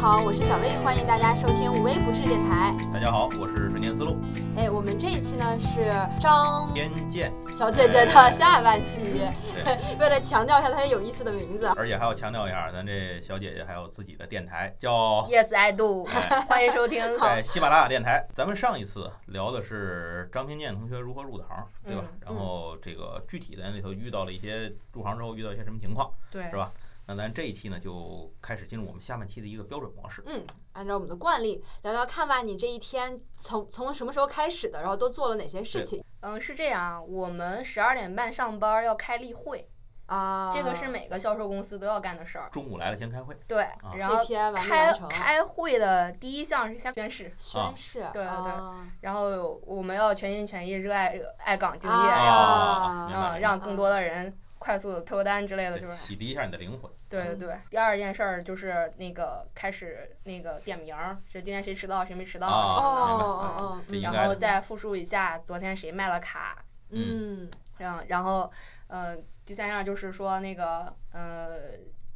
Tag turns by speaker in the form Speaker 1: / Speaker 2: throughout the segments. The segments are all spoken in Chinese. Speaker 1: 好，我是小薇，欢迎大家收听无微不至电台。
Speaker 2: 大家好，我是瞬间思路
Speaker 1: 哎，我们这一期呢是张
Speaker 2: 天剑，
Speaker 1: 小姐姐的下半期，
Speaker 2: 对，
Speaker 1: 为了强调一下她这有意思的名字。
Speaker 2: 而且还要强调一下，咱这小姐姐还有自己的电台，叫
Speaker 3: Yes, I do。
Speaker 2: 哎
Speaker 3: 欢迎收听。
Speaker 2: 在喜马拉雅电台。咱们上一次聊的是张天健同学如何入行，对吧？
Speaker 3: 嗯
Speaker 2: 然后这个具体咱里头遇到了一些入行之后遇到一些什么情况，
Speaker 3: 对
Speaker 2: 是吧？那咱这一期呢，就开始进入我们下半期的一个标准模式。
Speaker 1: 嗯，按照我们的惯例，聊聊看吧，你这一天从从什么时候开始的，然后都做了哪些事情
Speaker 3: 嗯，是这样啊，我们十二点半上班要开例会，
Speaker 1: 啊？
Speaker 3: 这个是每个销售公司都要干的事儿。
Speaker 2: 中午来了先开会，
Speaker 3: 对，
Speaker 2: 啊
Speaker 3: 然后
Speaker 1: KPI 完没
Speaker 3: 开
Speaker 1: 完成？
Speaker 3: 开会的第一项是下宣誓，
Speaker 1: 宣誓，
Speaker 3: 对对
Speaker 1: 啊
Speaker 3: 然后我们要全心全意热爱爱岗敬业，
Speaker 1: 哎
Speaker 3: 要
Speaker 2: 啊，明白
Speaker 3: 嗯
Speaker 2: 明白
Speaker 3: 让更多的人快速的脱钩单之类的，就
Speaker 2: 对
Speaker 3: 是。
Speaker 2: 洗涤一下你的灵魂。
Speaker 3: 对对
Speaker 1: 嗯
Speaker 3: 对，第二件事儿就是那个开始那个点名儿，是今天谁迟到谁没迟到
Speaker 2: 啊
Speaker 1: 哦
Speaker 3: 什么的
Speaker 2: 明白
Speaker 1: 哦哦，
Speaker 2: 这应该
Speaker 3: 然后再复述一下昨天谁卖了卡，
Speaker 1: 嗯
Speaker 3: 然后然后，呃，第三样就是说那个，呃，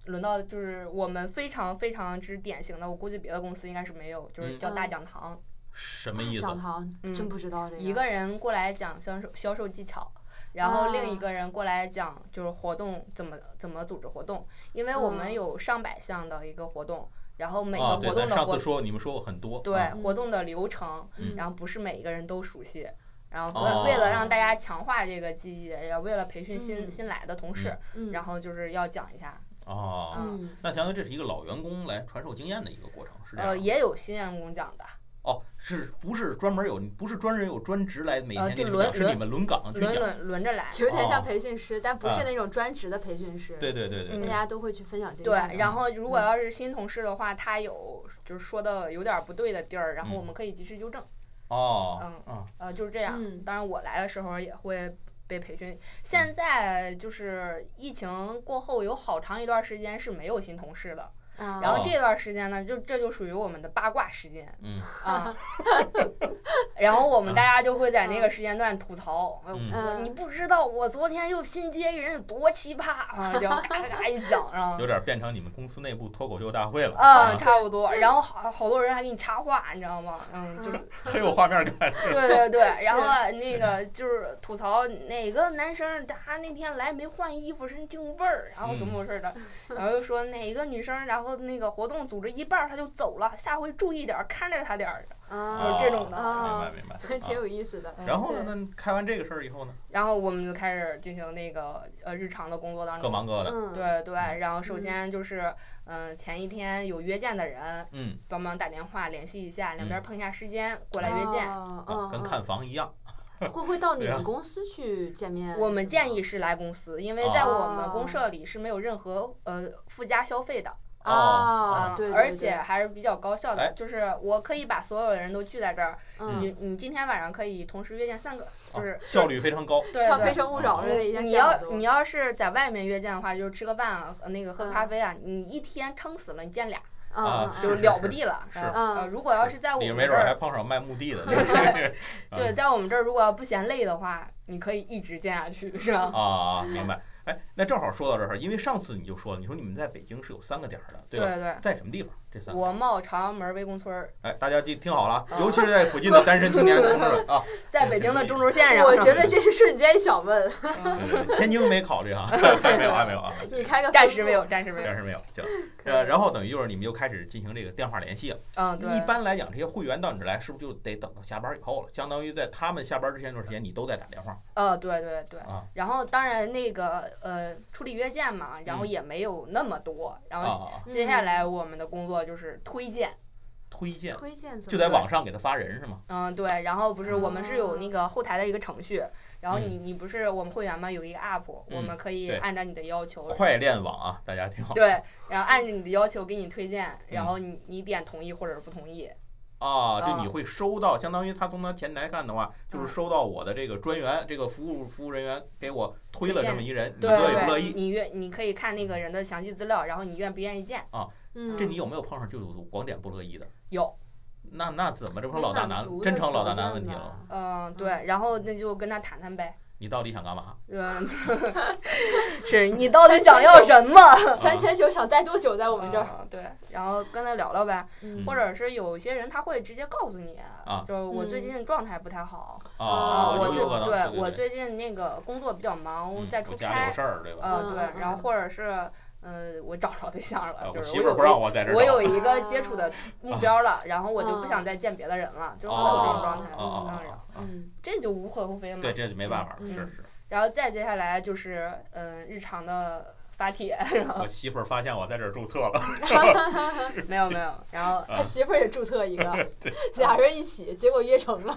Speaker 3: 轮到就是我们非常非常之典型的，我估计别的公司应该是没有，就是
Speaker 2: 嗯
Speaker 3: 叫大
Speaker 1: 嗯
Speaker 3: 讲堂，
Speaker 2: 什么
Speaker 1: 嗯，
Speaker 2: 意思？
Speaker 1: 讲堂
Speaker 3: 嗯
Speaker 1: 真不知道这
Speaker 3: 一个人过来讲销售销售技巧，然后另一
Speaker 1: 啊
Speaker 3: 个人过来讲就是活动怎么怎么组织活动，因为我
Speaker 1: 嗯
Speaker 3: 们有上百项的一个活动，然后每
Speaker 2: 啊，
Speaker 3: 个
Speaker 2: 对，
Speaker 3: 活
Speaker 2: 咱
Speaker 3: 动
Speaker 2: 上
Speaker 3: 的活
Speaker 2: 次说你们说过很多，
Speaker 3: 对
Speaker 2: 啊
Speaker 3: 活动的流程，
Speaker 1: 嗯
Speaker 3: 然后不是每一个人都熟悉，然后
Speaker 2: 哦
Speaker 3: 为为了让大家强化这个记忆，也为了培训
Speaker 1: 嗯
Speaker 3: 新新来的同事，
Speaker 1: 嗯，
Speaker 3: 然后就是要讲一下，
Speaker 2: 哦。
Speaker 1: 嗯
Speaker 2: 那相当于这是一个老员工来传授经验的一个过程，是这样
Speaker 3: 呃，
Speaker 2: 吗？
Speaker 3: 也有新员工讲的，
Speaker 2: 哦，是不是专门有不是专人有专职来每
Speaker 3: 呃
Speaker 2: 天
Speaker 3: 就
Speaker 2: 给你们
Speaker 3: 轮
Speaker 2: 讲，是你们轮嗯岗
Speaker 3: 轮
Speaker 2: 去
Speaker 3: 轮
Speaker 2: 讲？
Speaker 3: 轮轮着来，
Speaker 1: 有点像
Speaker 2: 哦
Speaker 1: 培训师，但不是
Speaker 2: 啊
Speaker 1: 那种专职的培训师。
Speaker 2: 对对对对
Speaker 1: 大
Speaker 2: 对，
Speaker 1: 家都会去分享经
Speaker 3: 嗯对
Speaker 1: 验的。，
Speaker 3: 然后如果
Speaker 1: 嗯
Speaker 3: 要是新同事的话，他有就是说的有点不对的地儿，然后
Speaker 2: 嗯
Speaker 3: 我们可以及时纠正，
Speaker 2: 哦
Speaker 3: 嗯，
Speaker 2: 嗯，
Speaker 3: 呃，就是这样
Speaker 1: 嗯。
Speaker 3: 当然我来的时候也会被培训，
Speaker 2: 嗯
Speaker 3: 现在就是疫情过后有好长一段时间是没有新同事的。
Speaker 1: 啊，
Speaker 3: 然后
Speaker 2: 哦
Speaker 3: 这段时间呢，就这就属于我们的八卦时间
Speaker 2: 嗯
Speaker 3: 啊。 然后我们大家就会在那
Speaker 1: 嗯
Speaker 3: 个时间段吐槽，哎
Speaker 2: 嗯
Speaker 3: 我
Speaker 1: 嗯
Speaker 3: 你不知道我昨天又新接一人有多奇葩啊，然后嘎嘎嘎一讲，然后
Speaker 2: 嗯有点变成你们公司内部脱口秀大会了
Speaker 3: 啊，差不多。然后好好多人还给你插话，你知道吗？嗯，就是
Speaker 2: 很有画面感。
Speaker 3: 对对对，然后啊那个就是吐槽哪个男生他那天来没换衣服，身净味儿，然后
Speaker 2: 嗯
Speaker 3: 怎么回事的，然后又说哪个女生，然后那个活动组织一半儿她就走了，下回注意点儿，看着她点儿，
Speaker 1: 啊
Speaker 3: 就，嗯是这种的哦
Speaker 2: 明
Speaker 1: 啊
Speaker 2: 白明白。
Speaker 1: 挺
Speaker 2: 啊
Speaker 1: 有意思的。
Speaker 2: 哦然后呢？那开完这个事儿以后呢？
Speaker 3: 然后我们就开始进行那个呃日常的工作当
Speaker 2: 各
Speaker 3: 中。
Speaker 2: 忙各的。
Speaker 1: 嗯，
Speaker 3: 对对，然后首
Speaker 1: 嗯
Speaker 3: 先就是，嗯、前一天有约见的人，
Speaker 2: 嗯，
Speaker 3: 帮忙打电话联系一下，两
Speaker 2: 嗯
Speaker 3: 边碰一下时间，过来约见。
Speaker 1: 哦
Speaker 2: 啊跟看房一样。
Speaker 1: 嗯会会到你
Speaker 2: 对
Speaker 1: 们
Speaker 2: 啊
Speaker 1: 公司去见面？
Speaker 3: 我们建议
Speaker 1: 是
Speaker 3: 是来公司，因为在我们
Speaker 1: 哦
Speaker 3: 公社里是没有任何呃附加消费的，
Speaker 1: 吗
Speaker 2: 哦
Speaker 1: 啊，
Speaker 3: 嗯
Speaker 1: 对，对
Speaker 3: 而且还是比较高效
Speaker 2: 哎
Speaker 3: 的，就是我可以把所有的人都聚在这儿，
Speaker 1: 对
Speaker 2: 嗯
Speaker 1: 嗯，
Speaker 3: 你你今天晚上可以同时约见三个，就是
Speaker 2: 啊效率非常高。
Speaker 3: 对
Speaker 1: 像《非
Speaker 3: 对。嗯
Speaker 1: 诚勿扰》似的，一下
Speaker 3: 你
Speaker 1: 见好
Speaker 3: 要
Speaker 1: 多
Speaker 3: 你要是在外面约见的话，就是吃个饭啊，呃那个
Speaker 1: 嗯
Speaker 3: 喝个咖啡啊，你一天撑死了，你见俩
Speaker 1: 嗯
Speaker 2: 啊
Speaker 1: 嗯
Speaker 3: 就是是了不地了。
Speaker 2: 是
Speaker 3: 呃
Speaker 1: 嗯
Speaker 3: 呃，如果要是在我
Speaker 2: 你
Speaker 3: 们
Speaker 2: 没
Speaker 3: 这
Speaker 2: 准儿还
Speaker 3: 儿，
Speaker 2: 碰上卖墓地 的。啊
Speaker 3: 对，在我们这儿如果要不嫌累的话，你可以一直见下去，是吧？
Speaker 2: 啊，明白。哎，那正好说到这儿，因为上次你就说了，你说你们在北京是有三个点儿的，
Speaker 3: 对
Speaker 2: 吧？
Speaker 3: 对。
Speaker 2: 在什么地方？这三个？
Speaker 3: 国贸朝阳门魏公村儿，
Speaker 2: 哎，大家记听好了啊，
Speaker 3: 啊
Speaker 2: 尤其是在附近的单身青年同志 们啊，
Speaker 3: 在北京的中轴线
Speaker 1: 嗯
Speaker 3: 上。
Speaker 1: 我觉得这是瞬间想问，
Speaker 3: 嗯
Speaker 2: 对对对天津没考虑啊，还没有，还没有啊，
Speaker 1: 你开个
Speaker 3: 暂时没有，
Speaker 1: 分
Speaker 3: 暂时没有。
Speaker 2: 暂时没有。行，
Speaker 1: 部，
Speaker 2: 呃，然后等于就是你们就开始进行这个电话联系了。
Speaker 3: 嗯，对。
Speaker 2: 一般来讲，这些会员到你这儿来，是不是就得等到下班以后了？相当于在他们下班之前一段时间，你都在打电话
Speaker 3: 呃，对对对。
Speaker 2: 啊
Speaker 3: 然后当然那个呃处理约见嘛，然后
Speaker 2: 嗯
Speaker 3: 也没有那么多。
Speaker 2: 啊
Speaker 3: 然
Speaker 2: 啊
Speaker 3: 后
Speaker 2: 啊！
Speaker 1: 嗯
Speaker 3: 接下来我们的工作就是推荐，
Speaker 2: 推荐
Speaker 1: 推荐怎么
Speaker 2: 就在网上给他发人是吗？
Speaker 3: 嗯，对。然后不是我们是有
Speaker 1: 哦
Speaker 3: 那个后台的一个程序，然后你你不是我们会员嘛，有一个 app，我
Speaker 2: 嗯
Speaker 3: 们可以
Speaker 2: 对
Speaker 3: 按照你的要求。
Speaker 2: 快链网啊，大家听好。
Speaker 3: 对，然后按照你的要求给你推荐，然后
Speaker 2: 嗯
Speaker 3: 你你点同意或者是不同意，
Speaker 2: 啊，就
Speaker 3: 啊
Speaker 2: 你会收到，相当于他从他前台看的话，就是
Speaker 3: 嗯
Speaker 2: 收到我的这个专员，这个服务服务人员给我推了
Speaker 3: 推
Speaker 2: 这
Speaker 3: 荐
Speaker 2: 么一人，你
Speaker 3: 对
Speaker 2: 乐意不乐
Speaker 3: 对，
Speaker 2: 意？
Speaker 3: 你愿你可以看那个人的详细资料，然后你愿不愿意见，
Speaker 1: 嗯，
Speaker 2: 这你有没有碰上就有光点不乐意的？
Speaker 3: 有，
Speaker 2: 那那怎么这不成
Speaker 1: 没
Speaker 2: 老大
Speaker 1: 满
Speaker 2: 难
Speaker 1: 足，的
Speaker 2: 真成老大
Speaker 1: 条
Speaker 2: 难
Speaker 1: 件
Speaker 2: 问题
Speaker 1: 吧
Speaker 2: 了？。
Speaker 3: 嗯，对，然后那就跟他谈谈呗，
Speaker 2: 你到底想干嘛？
Speaker 3: 嗯，是你到底想要什么？
Speaker 2: 啊
Speaker 1: 三千九想待多久在我们这儿？
Speaker 3: 啊对，然后跟他聊聊呗，
Speaker 1: 嗯
Speaker 3: 或者是有些人他会直接告诉你，
Speaker 2: 啊
Speaker 3: 就是我最
Speaker 1: 嗯
Speaker 3: 近状态不太好，
Speaker 1: 啊
Speaker 2: 啊，
Speaker 3: 哦我
Speaker 2: 有
Speaker 3: 最
Speaker 2: 有可能，对
Speaker 3: 我
Speaker 2: 对
Speaker 3: 最近那个工作比较忙，
Speaker 2: 嗯
Speaker 3: 在
Speaker 2: 我
Speaker 3: 出
Speaker 2: 家里有
Speaker 3: 差，
Speaker 2: 事儿，对吧？
Speaker 3: 呃，
Speaker 1: 嗯嗯
Speaker 3: 对，然后
Speaker 1: 嗯
Speaker 3: 或者是嗯，我找不着对象
Speaker 2: 啊
Speaker 3: 了，就
Speaker 2: 我
Speaker 3: 是
Speaker 2: 媳
Speaker 3: 我
Speaker 2: 妇儿
Speaker 3: 有
Speaker 2: 不让我在这儿
Speaker 3: 我
Speaker 2: 找
Speaker 3: 有一
Speaker 1: 嗯
Speaker 3: 个接触的目标了，然后我就不想再见别的人了，就是会有这种状态。
Speaker 2: 啊
Speaker 1: 哦
Speaker 2: 啊
Speaker 3: 嗯，
Speaker 2: 啊
Speaker 3: 然后
Speaker 2: 啊啊！
Speaker 1: 嗯
Speaker 3: 这就无可厚非嘛
Speaker 2: 对，。这就没办法了，
Speaker 1: 嗯
Speaker 2: 是是。
Speaker 3: 然后再接下来就是嗯，日常的发帖，然后
Speaker 2: 我媳妇儿发现我在这儿注册了，
Speaker 3: 嗯没有没有，然后
Speaker 2: 啊
Speaker 1: 他媳妇儿也注册一 个，俩人一起，结果约成了。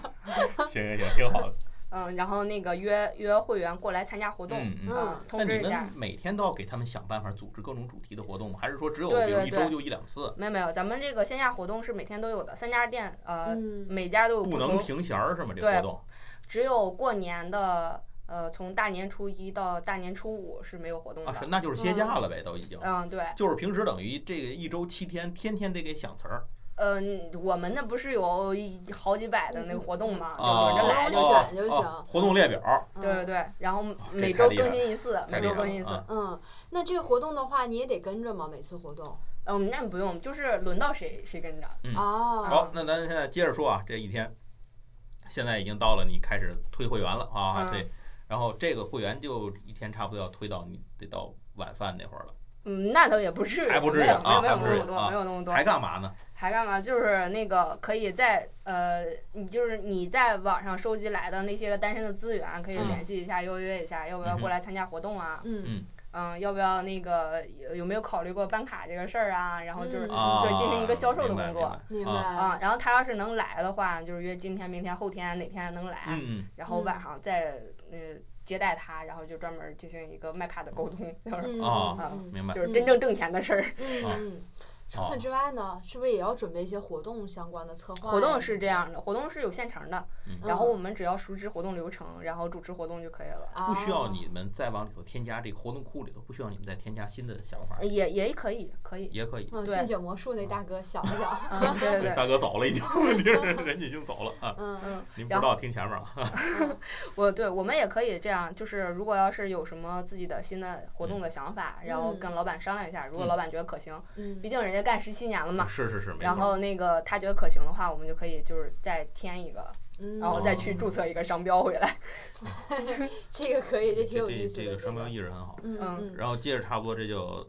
Speaker 2: 行行行，挺好的。
Speaker 3: 嗯，然后那个约约会员过来参加活动，
Speaker 2: 嗯嗯。
Speaker 3: 嗯，
Speaker 2: 那
Speaker 3: 通
Speaker 2: 你
Speaker 3: 知一
Speaker 2: 们
Speaker 3: 下。
Speaker 2: 每天都要给他们想办法组织各种主题的活动吗？还是说只有
Speaker 3: 对
Speaker 2: 比如
Speaker 3: 对
Speaker 2: 一
Speaker 3: 对
Speaker 2: 周就一两次，
Speaker 3: 没有没有，咱们这个线下活动是每天都有的，三家店呃，
Speaker 1: 嗯
Speaker 3: 每家都有
Speaker 2: 不能
Speaker 3: 同，
Speaker 2: 停弦儿是吗？这
Speaker 3: 对
Speaker 2: 活动
Speaker 3: 只有过年的呃，从大年初一到大年初五是没有活动的。
Speaker 2: 啊，是那就是歇假了呗，都已经。
Speaker 3: 嗯，对，
Speaker 2: 就是平时等于这个一周七天，天天得给想词儿，
Speaker 3: 嗯，我们那不是有一好几百的那个活动嘛，
Speaker 2: 嗯
Speaker 3: 啊就是
Speaker 1: 哦
Speaker 3: 人来就
Speaker 1: 哦
Speaker 3: 行。
Speaker 1: 选就
Speaker 2: 啊哦
Speaker 1: 行嗯
Speaker 2: 活动列表，
Speaker 1: 哦
Speaker 3: 对对对，然后
Speaker 2: 这
Speaker 3: 每
Speaker 2: 太
Speaker 3: 周
Speaker 2: 厉
Speaker 3: 更
Speaker 2: 害
Speaker 3: 新一次，
Speaker 2: 太
Speaker 3: 每
Speaker 2: 厉
Speaker 3: 周
Speaker 2: 害
Speaker 3: 更
Speaker 2: 了
Speaker 3: 新一次。
Speaker 2: 啊
Speaker 1: 嗯，那这个活动的话，你也得跟着吗？每次活动？
Speaker 3: 嗯，那不用，就是轮到谁谁跟着。
Speaker 2: 嗯
Speaker 1: 哦，
Speaker 2: 好，那咱现在接着说啊，这一天，现在已经到了你开始推会员了啊，
Speaker 3: 嗯
Speaker 2: 对，然后这个会员就一天差不多要推到你得到晚饭那会儿了，
Speaker 3: 嗯，那倒也不至于，
Speaker 2: 还不至于
Speaker 3: 没有
Speaker 2: 啊
Speaker 3: 没有没
Speaker 2: 还不
Speaker 3: 有那
Speaker 2: 至于
Speaker 3: 么多，
Speaker 2: 啊
Speaker 3: 没有那么多，
Speaker 2: 还干嘛呢？
Speaker 3: 还干嘛？就是那个可以在呃，你就是你在网上收集来的那些个单身的资源，可以
Speaker 2: 嗯
Speaker 3: 联系一下，邀约一下，要不要
Speaker 2: 嗯哼
Speaker 3: 过来参加活动啊？
Speaker 1: 嗯
Speaker 3: 嗯，要不要那个有有没有考虑过办卡这个事儿啊？然后就是
Speaker 1: 嗯
Speaker 2: 啊，
Speaker 3: 就是进行一个销售的
Speaker 2: 明白
Speaker 3: 工作。
Speaker 1: 明
Speaker 2: 明白啊
Speaker 1: 白。
Speaker 3: 啊，然后他要是能来的话，就是约今天、明天、后天哪天能来，
Speaker 2: 嗯嗯，
Speaker 3: 然后
Speaker 1: 嗯
Speaker 3: 晚上再呃接待他，然后就专门进行一个卖卡的沟通，就是
Speaker 1: 嗯
Speaker 2: 啊
Speaker 1: 嗯
Speaker 2: 明白。
Speaker 3: 就是真正挣钱的事儿。
Speaker 1: 嗯
Speaker 2: 啊
Speaker 1: 嗯。除此之外呢，是不是也要准备一些活动相关的策划呀？
Speaker 3: 活动是这样的，活动是有现成的，
Speaker 2: 嗯
Speaker 3: 然后我们只要熟知活动流程，然后主持活动就可以了。
Speaker 1: 啊
Speaker 2: 不需要你们再往里头添加这个活动库里头，不需要你们再添加新的想法，
Speaker 3: 也也可以，可以，
Speaker 2: 也可以。
Speaker 1: 嗯，
Speaker 3: 对
Speaker 1: 近景魔术那大哥想一想，
Speaker 3: 嗯，对对对，
Speaker 2: 大哥走了已经， 问题是人家已经走了啊，
Speaker 1: 嗯
Speaker 3: 嗯，
Speaker 2: 您不
Speaker 3: 然
Speaker 2: 知道听前面啊，
Speaker 3: 我对我们也可以这样，就是如果要是有什么自己的新的活动的想法，然后
Speaker 1: 嗯
Speaker 3: 跟老板商量一下，如果
Speaker 2: 嗯
Speaker 3: 老板觉得可行，
Speaker 1: 嗯
Speaker 3: 毕竟人家干十七年了嘛，
Speaker 2: 是是是，没
Speaker 3: 然
Speaker 2: 错。
Speaker 3: 后那个他觉得可行的话，我们就可以就是再添一个，
Speaker 1: 嗯，
Speaker 2: 啊
Speaker 3: 然后再
Speaker 2: 哦
Speaker 3: 去注册一个商标回 来。
Speaker 1: 这个可以，这
Speaker 2: 这
Speaker 1: 挺有意
Speaker 2: 这
Speaker 1: 思的。
Speaker 2: 这个商标意识很好。
Speaker 1: 嗯嗯
Speaker 2: 然后接着差不多这就